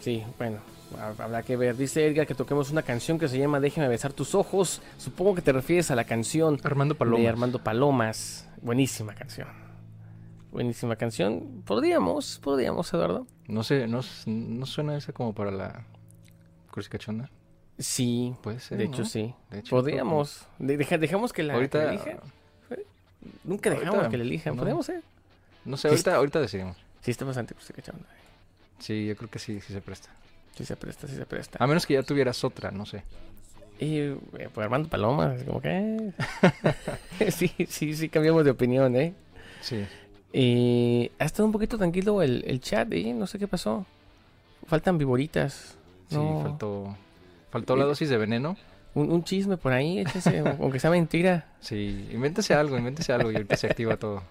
Speaker 2: Sí, bueno, ha- habrá que ver. Dice Edgar que toquemos una canción que se llama Déjame besar tus ojos. Supongo que te refieres a la canción
Speaker 1: Armando Paloma.
Speaker 2: de Armando Palomas. Buenísima canción. Buenísima canción. Podríamos, podríamos, Eduardo.
Speaker 1: No sé, no, s- no suena esa como para la crucicachona.
Speaker 2: Sí,
Speaker 1: Puede ser.
Speaker 2: de hecho
Speaker 1: ¿no?
Speaker 2: sí.
Speaker 1: De hecho,
Speaker 2: podríamos. De- deja- dejamos que la que
Speaker 1: Ahorita,
Speaker 2: la elija. Nunca dejamos
Speaker 1: ahorita
Speaker 2: que la elijan.
Speaker 1: no.
Speaker 2: Podríamos, ¿eh?
Speaker 1: no sé, ahorita, ahorita decidimos.
Speaker 2: Sí, está bastante cachando.
Speaker 1: Sí, yo creo que sí, sí se presta.
Speaker 2: Sí se presta, sí se presta.
Speaker 1: A menos que ya tuvieras otra, no sé.
Speaker 2: Y eh, pues Armando Paloma, es como que... eh. sí, sí, sí, cambiamos de opinión, ¿eh?
Speaker 1: Sí.
Speaker 2: Eh, ha estado un poquito tranquilo el, el chat, ¿eh? No sé qué pasó. Faltan viboritas.
Speaker 1: Sí,
Speaker 2: No,
Speaker 1: faltó. Faltó la
Speaker 2: Eh.
Speaker 1: dosis de veneno.
Speaker 2: Un, un chisme por ahí, échese, o- aunque sea mentira.
Speaker 1: Sí, invéntese algo, invéntese algo y ahorita se activa todo.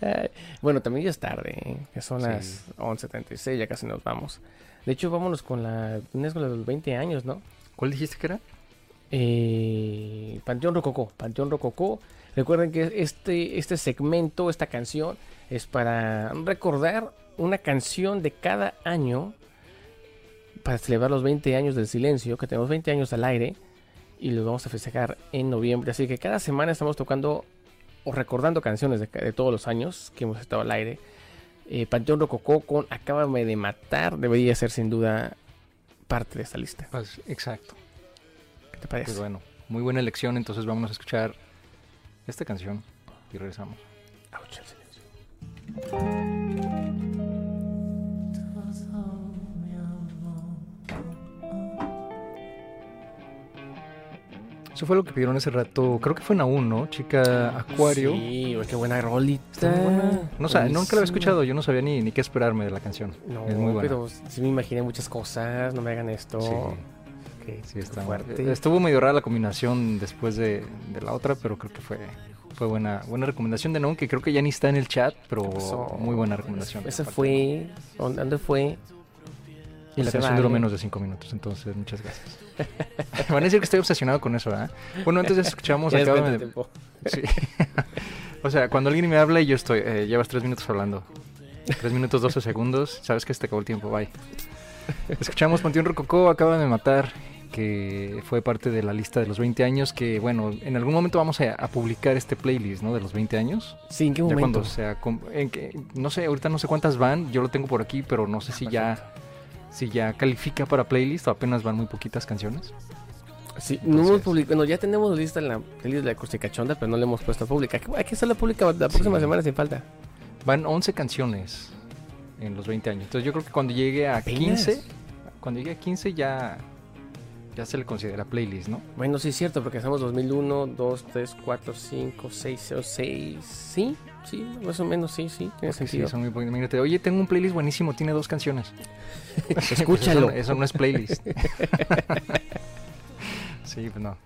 Speaker 2: Ay, Bueno, también ya es tarde, ¿eh? Ya son
Speaker 1: Sí.
Speaker 2: las 11.36, ya casi nos vamos. De hecho, vámonos con la unas con la de los 20 años, ¿no?
Speaker 1: ¿Cuál dijiste que era?
Speaker 2: Eh, Panteón Rococó, Panteón Rococó. Recuerden que este, este segmento, esta canción, es para recordar una canción de cada año para celebrar los 20 años del silencio, que tenemos 20 años al aire y los vamos a festejar en noviembre. Así que cada semana estamos tocando o recordando canciones de, ca- de todos los años que hemos estado al aire. Eh, Panteón Rococó con Acábame de Matar debería ser sin duda parte de esta lista.
Speaker 1: Pues, exacto.
Speaker 2: ¿Qué te parece?
Speaker 1: Pues bueno, muy buena elección, entonces vamos a escuchar esta canción y regresamos.
Speaker 2: Ouch, el silencio.
Speaker 1: Eso fue lo que pidieron ese rato, creo que fue en A1, ¿no? Chica Acuario.
Speaker 2: Sí, güey, qué buena rolita.
Speaker 1: Está muy buena. No, sa- nunca la había escuchado, yo no sabía ni, ni qué esperarme de la canción.
Speaker 2: No,
Speaker 1: es muy buena.
Speaker 2: pero sí me imaginé muchas cosas, no me hagan esto.
Speaker 1: Sí,
Speaker 2: Qué-
Speaker 1: sí,
Speaker 2: qué
Speaker 1: está
Speaker 2: fuerte.
Speaker 1: Estuvo medio rara la combinación después de, de la otra, pero creo que fue, fue buena, buena recomendación de Noon, que creo que ya ni está en el chat, pero
Speaker 2: pasó?
Speaker 1: muy buena recomendación.
Speaker 2: Esa fue, ¿dónde dónde fue?
Speaker 1: Y la
Speaker 2: Se
Speaker 1: canción duró
Speaker 2: vale.
Speaker 1: menos de 5 minutos, entonces muchas gracias. Van a decir que estoy obsesionado con eso, ¿verdad? Bueno, antes escuchamos,
Speaker 2: Ya es
Speaker 1: acábame de-
Speaker 2: cuánto tiempo.
Speaker 1: Sí. o sea, cuando alguien me habla y yo estoy, eh, llevas tres minutos hablando. Tres minutos 12 segundos, sabes que se te acabó el tiempo, bye. Escuchamos Panteón Rococó, acaban de matar, que fue parte de la lista de los 20 años, que bueno, en algún momento vamos a, a publicar este playlist, ¿no? De los 20 años.
Speaker 2: Sí, ¿en qué
Speaker 1: Ya
Speaker 2: momento?
Speaker 1: cuando sea, com- en que, no sé, ahorita no sé cuántas van, yo lo tengo por aquí, pero no sé si ya... Si ya califica para playlist o apenas van muy poquitas canciones.
Speaker 2: Sí, no hemos
Speaker 1: Entonces-
Speaker 2: publicado, bueno, ya tenemos lista la playlist de la costicachonda, pero no la hemos puesto pública. Hay que- Hay que hacerla pública la próxima
Speaker 1: Sí.
Speaker 2: semana sin falta.
Speaker 1: Van 11 canciones en los 20 años. Entonces yo creo que cuando llegue a
Speaker 2: Apenas.
Speaker 1: 15, cuando llegue a 15 ya, ya se le considera playlist, ¿no?
Speaker 2: Bueno, sí es cierto, porque estamos 2001, 2, 3, 4, 5, 6, 0, 6. Sí, sí, más o menos, sí, sí, tiene
Speaker 1: Porque sí,
Speaker 2: sentido.
Speaker 1: son muy poquitas. Imagínate, oye, tengo un playlist buenísimo, tiene dos canciones. Pues eso
Speaker 2: Escúchalo.
Speaker 1: no- eso, no es playlist. sí, pues no.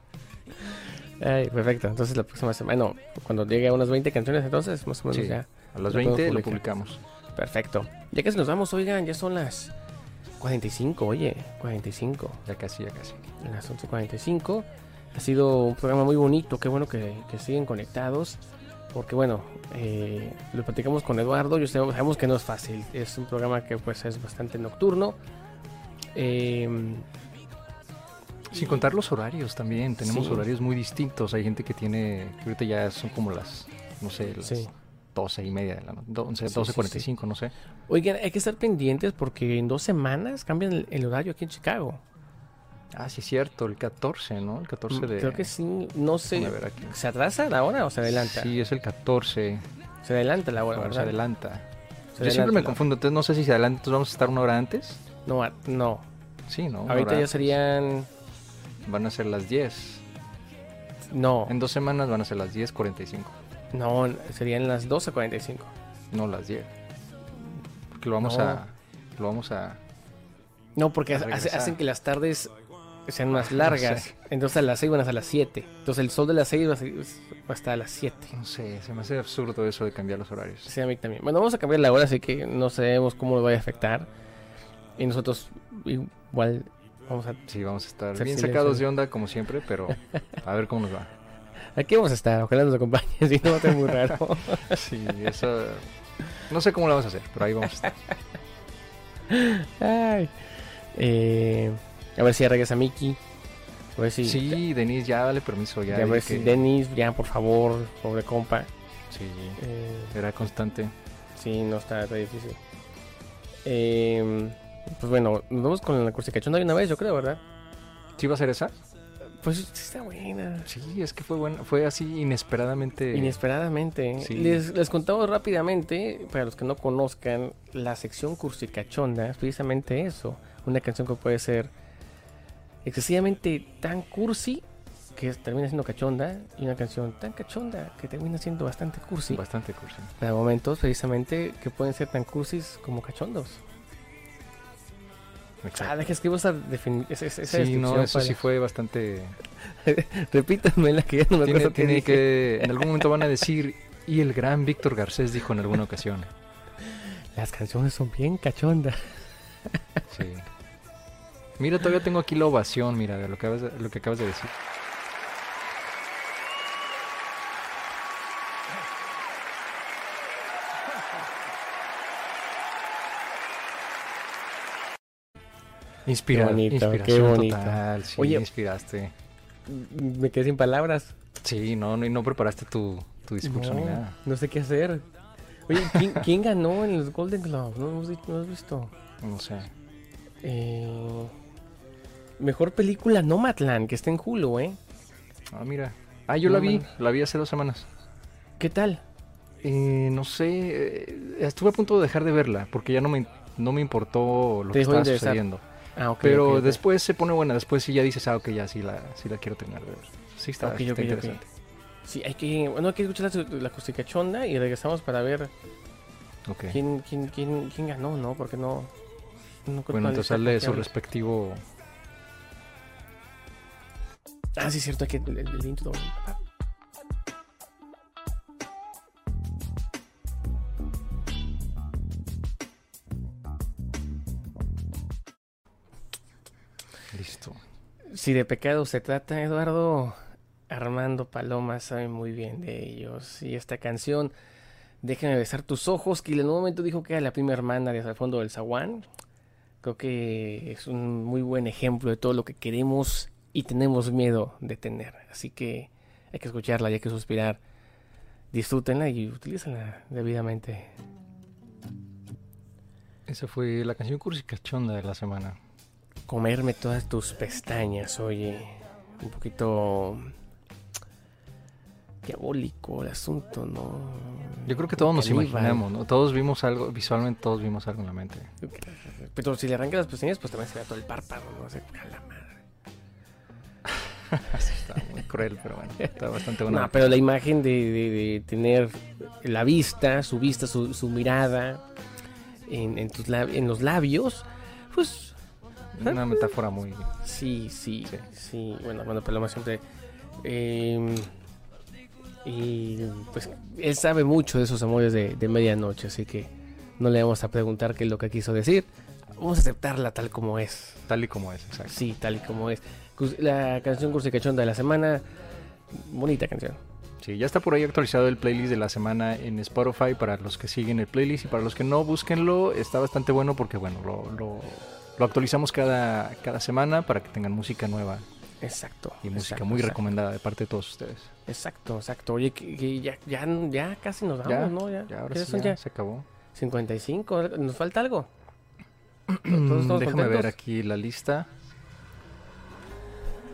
Speaker 2: Ay, perfecto, entonces la próxima semana, no, cuando llegue a unas 20 canciones, entonces más o menos
Speaker 1: Sí.
Speaker 2: ya.
Speaker 1: A los
Speaker 2: Lo podemos
Speaker 1: 20 lo
Speaker 2: publicar.
Speaker 1: publicamos.
Speaker 2: Perfecto. Ya que nos vamos, oigan, ya son las 45, oye, 45.
Speaker 1: Ya casi, ya casi.
Speaker 2: a las 11.45. Ha sido un programa muy bonito, qué bueno que, que siguen conectados. Porque bueno, eh, lo platicamos con Eduardo, yo sab- sabemos que no es fácil. Es un programa que pues es bastante nocturno. Eh,
Speaker 1: Sin contar los horarios también. Tenemos
Speaker 2: Sí.
Speaker 1: horarios muy distintos. Hay gente que tiene, que ahorita ya son como las, no sé, las
Speaker 2: sí.
Speaker 1: 12 y media de la noche. 12,
Speaker 2: Sí, sí,
Speaker 1: 12.45, no sé.
Speaker 2: Oigan, hay que estar pendientes porque en dos semanas cambian el, el horario aquí en Chicago.
Speaker 1: Ah, sí, cierto, el 14, ¿no? El 14 de.
Speaker 2: Mm, Creo que sí, no
Speaker 1: Déjame
Speaker 2: sé.
Speaker 1: ver aquí.
Speaker 2: ¿Se atrasa la hora o se adelanta?
Speaker 1: Sí, es el 14.
Speaker 2: Se adelanta la hora,
Speaker 1: Bueno, se
Speaker 2: ¿verdad?
Speaker 1: adelanta. Yo
Speaker 2: Se
Speaker 1: siempre
Speaker 2: adelanta
Speaker 1: me
Speaker 2: la-
Speaker 1: confundo, entonces no sé si se adelanta, entonces vamos a estar una hora antes.
Speaker 2: No, a- no.
Speaker 1: Sí, ¿no? Una
Speaker 2: Ahorita
Speaker 1: hora
Speaker 2: ya
Speaker 1: antes.
Speaker 2: serían...
Speaker 1: Van a ser las 10.
Speaker 2: No.
Speaker 1: En dos semanas van a ser las 10.45,
Speaker 2: No, serían las 12.45.
Speaker 1: no las 10. Porque lo vamos
Speaker 2: No.
Speaker 1: a. Lo vamos a.
Speaker 2: No, porque
Speaker 1: A
Speaker 2: hace-
Speaker 1: regresar.
Speaker 2: hacen que las tardes sean más
Speaker 1: no
Speaker 2: largas.
Speaker 1: sé.
Speaker 2: Entonces a las 6 van hasta las 7. Entonces el sol de las 6 va a ser- va hasta las 7.
Speaker 1: No sé, se me hace absurdo eso de cambiar los horarios.
Speaker 2: Sí, a mí también. Bueno, vamos a cambiar la hora, así que no sabemos cómo nos vaya a afectar. Y nosotros igual vamos a...
Speaker 1: Sí, vamos a estar
Speaker 2: Ser
Speaker 1: bien
Speaker 2: silencio.
Speaker 1: sacados de onda como siempre, pero a ver cómo nos va.
Speaker 2: Aquí vamos a estar, ojalá nos acompañen, si no va a ser muy raro.
Speaker 1: Sí, eso. No sé cómo lo vamos a hacer, pero ahí vamos a estar.
Speaker 2: Ay. Eh, a ver si ya regresa Mickey. A ver si...
Speaker 1: Sí, Denise, ya dale permiso. Ya,
Speaker 2: y a
Speaker 1: di
Speaker 2: ver
Speaker 1: que-
Speaker 2: si Denis, ya por favor, pobre compa.
Speaker 1: Sí,
Speaker 2: Eh,
Speaker 1: era constante.
Speaker 2: Sí, no está, está difícil. Em, Eh, pues bueno, nos vamos con la cursicachonda de una vez, yo creo, ¿verdad?
Speaker 1: ¿Sí va a ser esa?
Speaker 2: Pues sí está buena.
Speaker 1: Sí, es que fue buena, fue así inesperadamente.
Speaker 2: Inesperadamente.
Speaker 1: Sí.
Speaker 2: Les, les contamos rápidamente, para los que no conozcan, la sección cursicachonda es precisamente eso. Una canción que puede ser excesivamente tan cursi que termina siendo cachonda y una canción tan cachonda que termina siendo bastante cursi.
Speaker 1: Bastante cursi.
Speaker 2: Para momentos precisamente que pueden ser tan cursis como cachondos. Ah,
Speaker 1: Exacto.
Speaker 2: deja escribo esa, defini- esa, esa esa
Speaker 1: Sí, no,
Speaker 2: descripción
Speaker 1: eso
Speaker 2: para-
Speaker 1: sí Ah, fue bastante.
Speaker 2: Repítamela que ya no me
Speaker 1: Tiene,
Speaker 2: acuerdo qué
Speaker 1: tiene
Speaker 2: dije.
Speaker 1: que. En algún momento van a decir. Y el gran Víctor Garcés dijo en alguna ocasión.
Speaker 2: Las canciones son bien cachondas.
Speaker 1: Sí. Mira, todavía tengo aquí la ovación, mira, de lo que acabas de, lo que acabas de decir. Inspirado,
Speaker 2: bonito, qué
Speaker 1: inspiración
Speaker 2: bonito.
Speaker 1: total, sí,
Speaker 2: Oye.
Speaker 1: inspiraste.
Speaker 2: Me quedé sin palabras.
Speaker 1: Sí, no, no, y no preparaste tu, tu discurso ni
Speaker 2: No,
Speaker 1: nada.
Speaker 2: no sé qué hacer. Oye, ¿quién, quién ganó en los Golden Globes? No, hemos dicho- no has visto.
Speaker 1: No sé.
Speaker 2: Eh, mejor película Nomadland, que está en Hulu, ¿eh?
Speaker 1: Ah, mira. Ah, yo la
Speaker 2: No,
Speaker 1: vi,
Speaker 2: man.
Speaker 1: la vi hace dos semanas.
Speaker 2: ¿Qué tal?
Speaker 1: Eh, no sé, eh, estuve a punto de dejar de verla porque ya no me, no me importó lo
Speaker 2: Te
Speaker 1: que
Speaker 2: dejó
Speaker 1: estaba
Speaker 2: de interesar.
Speaker 1: sucediendo.
Speaker 2: Ah, ok.
Speaker 1: Pero
Speaker 2: ok, ok.
Speaker 1: después se pone buena, después sí ya dices, ah, ok, ya sí la, sí la quiero terminar de ver. Ah, Sí está,
Speaker 2: Ok, ok,
Speaker 1: está
Speaker 2: ok.
Speaker 1: interesante.
Speaker 2: Sí, hay que, bueno, hay que escuchar la, la cosicachonda y regresamos para ver
Speaker 1: Ok.
Speaker 2: quién, quién, quién, quién ganó, ¿no? Porque no. no
Speaker 1: Bueno,
Speaker 2: creo que
Speaker 1: entonces
Speaker 2: la
Speaker 1: hazle
Speaker 2: lista
Speaker 1: su
Speaker 2: confiable.
Speaker 1: respectivo...
Speaker 2: Ah, sí, es cierto, hay que el, el intro.
Speaker 1: Listo.
Speaker 2: Si de pecado se trata, Eduardo, Armando Paloma sabe muy bien de ellos. Y esta canción, Déjame besar tus ojos, que en algún momento dijo que era la prima hermana de Al fondo del Zaguán. Creo que es un muy buen ejemplo de todo lo que queremos y tenemos miedo de tener. Así que hay que escucharla y hay que suspirar. Disfrútenla y utilícenla debidamente.
Speaker 1: Esa fue la canción cursi cachonda de la semana.
Speaker 2: comerme todas tus pestañas, oye. Un poquito diabólico el asunto, ¿no?
Speaker 1: Yo creo que todos nos
Speaker 2: Caníbal.
Speaker 1: imaginamos, ¿no? Todos vimos algo, visualmente todos vimos algo en la mente.
Speaker 2: Pero si le arranca las pestañas, pues también se ve todo el párpado, ¿no? Se a la madre.
Speaker 1: Así está muy cruel, pero bueno, está bastante buena.
Speaker 2: Ah, No, pero la imagen de, de- de tener la vista, su vista, su, su mirada en, en tus lab- en los labios, pues
Speaker 1: Una metáfora muy...
Speaker 2: Sí, sí, sí.
Speaker 1: Sí.
Speaker 2: Bueno, Armando Paloma siempre. eh, y pues él sabe mucho de esos amores de, de medianoche, así que no le vamos a preguntar qué es lo que quiso decir. Vamos a aceptarla tal como es.
Speaker 1: Tal y como es, exacto.
Speaker 2: Sí, tal y como es. Cus- La canción Cursi Cachonda de la semana. Bonita canción.
Speaker 1: Sí, ya está por ahí actualizado el playlist de la semana en Spotify para los que siguen el playlist y para los que no, búsquenlo. Está bastante bueno porque, bueno, lo, lo- lo actualizamos cada, cada semana para que tengan música nueva
Speaker 2: Exacto.
Speaker 1: y música
Speaker 2: exacto,
Speaker 1: muy
Speaker 2: exacto,
Speaker 1: recomendada de parte de todos ustedes.
Speaker 2: Exacto, exacto. Oye, que, que ya, ya, ya casi nos vamos,
Speaker 1: Ya,
Speaker 2: ¿no? Ah, Ya,
Speaker 1: Ya, ahora
Speaker 2: ¿qué
Speaker 1: sí,
Speaker 2: son
Speaker 1: ya
Speaker 2: ya?
Speaker 1: se acabó.
Speaker 2: 55. ¿Nos falta algo?
Speaker 1: Mm,
Speaker 2: ¿Todos
Speaker 1: Déjame
Speaker 2: estamos
Speaker 1: ver
Speaker 2: contentos?
Speaker 1: aquí la lista.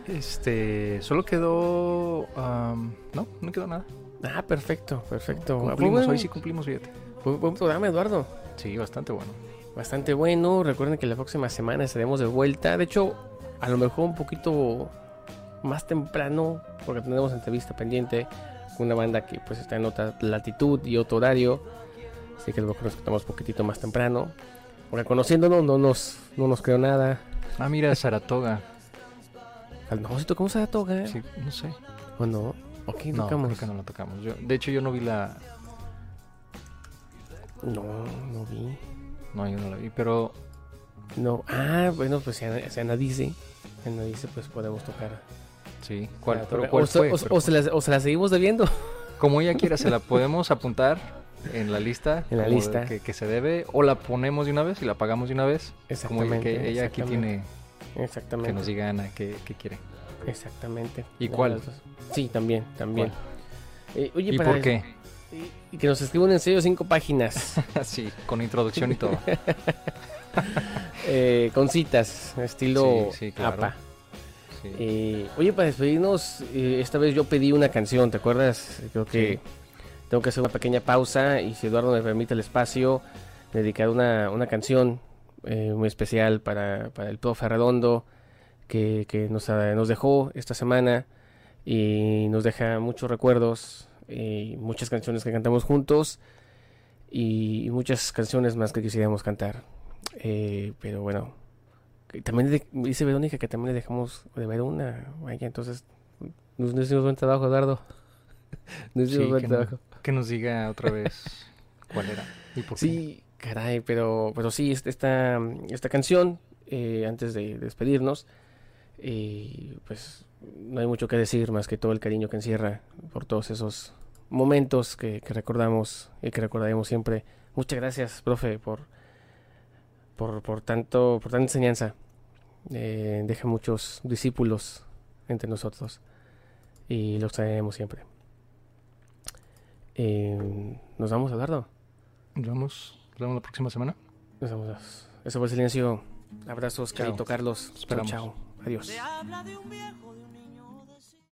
Speaker 1: Este, solo quedó... am, no, no quedó nada.
Speaker 2: Ah, perfecto, perfecto. Ah, Pues Muy
Speaker 1: Cumplimos,
Speaker 2: buen,
Speaker 1: hoy sí cumplimos, fíjate.
Speaker 2: buen- buen programa, Eduardo.
Speaker 1: Sí, bastante bueno.
Speaker 2: Bastante bueno. Recuerden que la próxima semana estaremos de vuelta. De hecho, a lo mejor un poquito más temprano, porque tenemos entrevista pendiente con una banda que pues está en otra latitud y otro horario. Así que a lo mejor nos escuchamos un poquitito más temprano. Porque conociéndonos no nos, no nos creo nada.
Speaker 1: Ah, mira, Saratoga.
Speaker 2: Al- No, si tocamos a toga.
Speaker 1: Sí, no sé.
Speaker 2: ¿O no? Ok,
Speaker 1: No,
Speaker 2: tocamos.
Speaker 1: creo que no la tocamos. Yo- de hecho, yo no vi la.
Speaker 2: no, no vi.
Speaker 1: No, yo no la vi, pero.
Speaker 2: No. Ah, bueno, pues si Ana, si Ana dice, Ana dice, pues podemos tocar.
Speaker 1: Sí, ¿cuál,
Speaker 2: Para
Speaker 1: pero
Speaker 2: tocar.
Speaker 1: cuál
Speaker 2: o, se-
Speaker 1: fue?
Speaker 2: o-
Speaker 1: Pero-
Speaker 2: o se las- o se las seguimos debiendo.
Speaker 1: Como ella quiera, se la podemos apuntar en la lista.
Speaker 2: En la
Speaker 1: como
Speaker 2: lista.
Speaker 1: Que, que se debe. O la ponemos de una vez y la pagamos de una vez. Como ella- que ella aquí tiene que
Speaker 2: Exactamente.
Speaker 1: nos diga Ana qué, qué quiere.
Speaker 2: Exactamente.
Speaker 1: ¿Y
Speaker 2: Una
Speaker 1: cuál?
Speaker 2: de las dos. Sí, también, también. Eh, oye,
Speaker 1: ¿Y
Speaker 2: para-
Speaker 1: por qué?
Speaker 2: Y, y que nos escriba un ensayo de cinco páginas
Speaker 1: Así, con introducción y todo.
Speaker 2: eh, con citas, estilo
Speaker 1: Sí, sí, claro.
Speaker 2: APA.
Speaker 1: Sí.
Speaker 2: Eh, oye, para despedirnos, eh, esta vez yo pedí una canción, ¿te acuerdas? Creo que
Speaker 1: Sí.
Speaker 2: tengo que hacer una pequeña pausa y si Eduardo me permite el espacio, dedicar una, una canción eh, muy especial para, para el profe Redondo que, que nos, ha- nos dejó esta semana y nos deja muchos recuerdos, eh, y muchas canciones que cantamos juntos y, y muchas canciones más que quisiéramos cantar. Eh, pero bueno, que también le- dice Verónica que también le dejamos de ver una. Vaya, entonces no, no hicimos buen trabajo, Eduardo. No
Speaker 1: Sí,
Speaker 2: hicimos buen
Speaker 1: que, no-
Speaker 2: trabajo.
Speaker 1: que nos diga otra vez cuál era y por qué.
Speaker 2: Sí, caray, pero, pero sí, este- esta, esta canción, eh, antes de despedirnos, eh, pues no hay mucho que decir más que todo el cariño que encierra por todos esos momentos que, que recordamos y que recordaremos siempre. Muchas gracias, profe, por, por, por tanto, por tanta enseñanza. Eh, deja muchos discípulos entre nosotros y los traeremos siempre. Eh, Nos vamos, Eduardo.
Speaker 1: Nos vemos, nos vemos la próxima semana.
Speaker 2: Nos vemos. Eso fue el silencio. Abrazos,
Speaker 1: Chao.
Speaker 2: Carito, Carlos. Chao,
Speaker 1: Esperamos.
Speaker 2: chao. Adiós.
Speaker 5: Se habla de un viejo, de un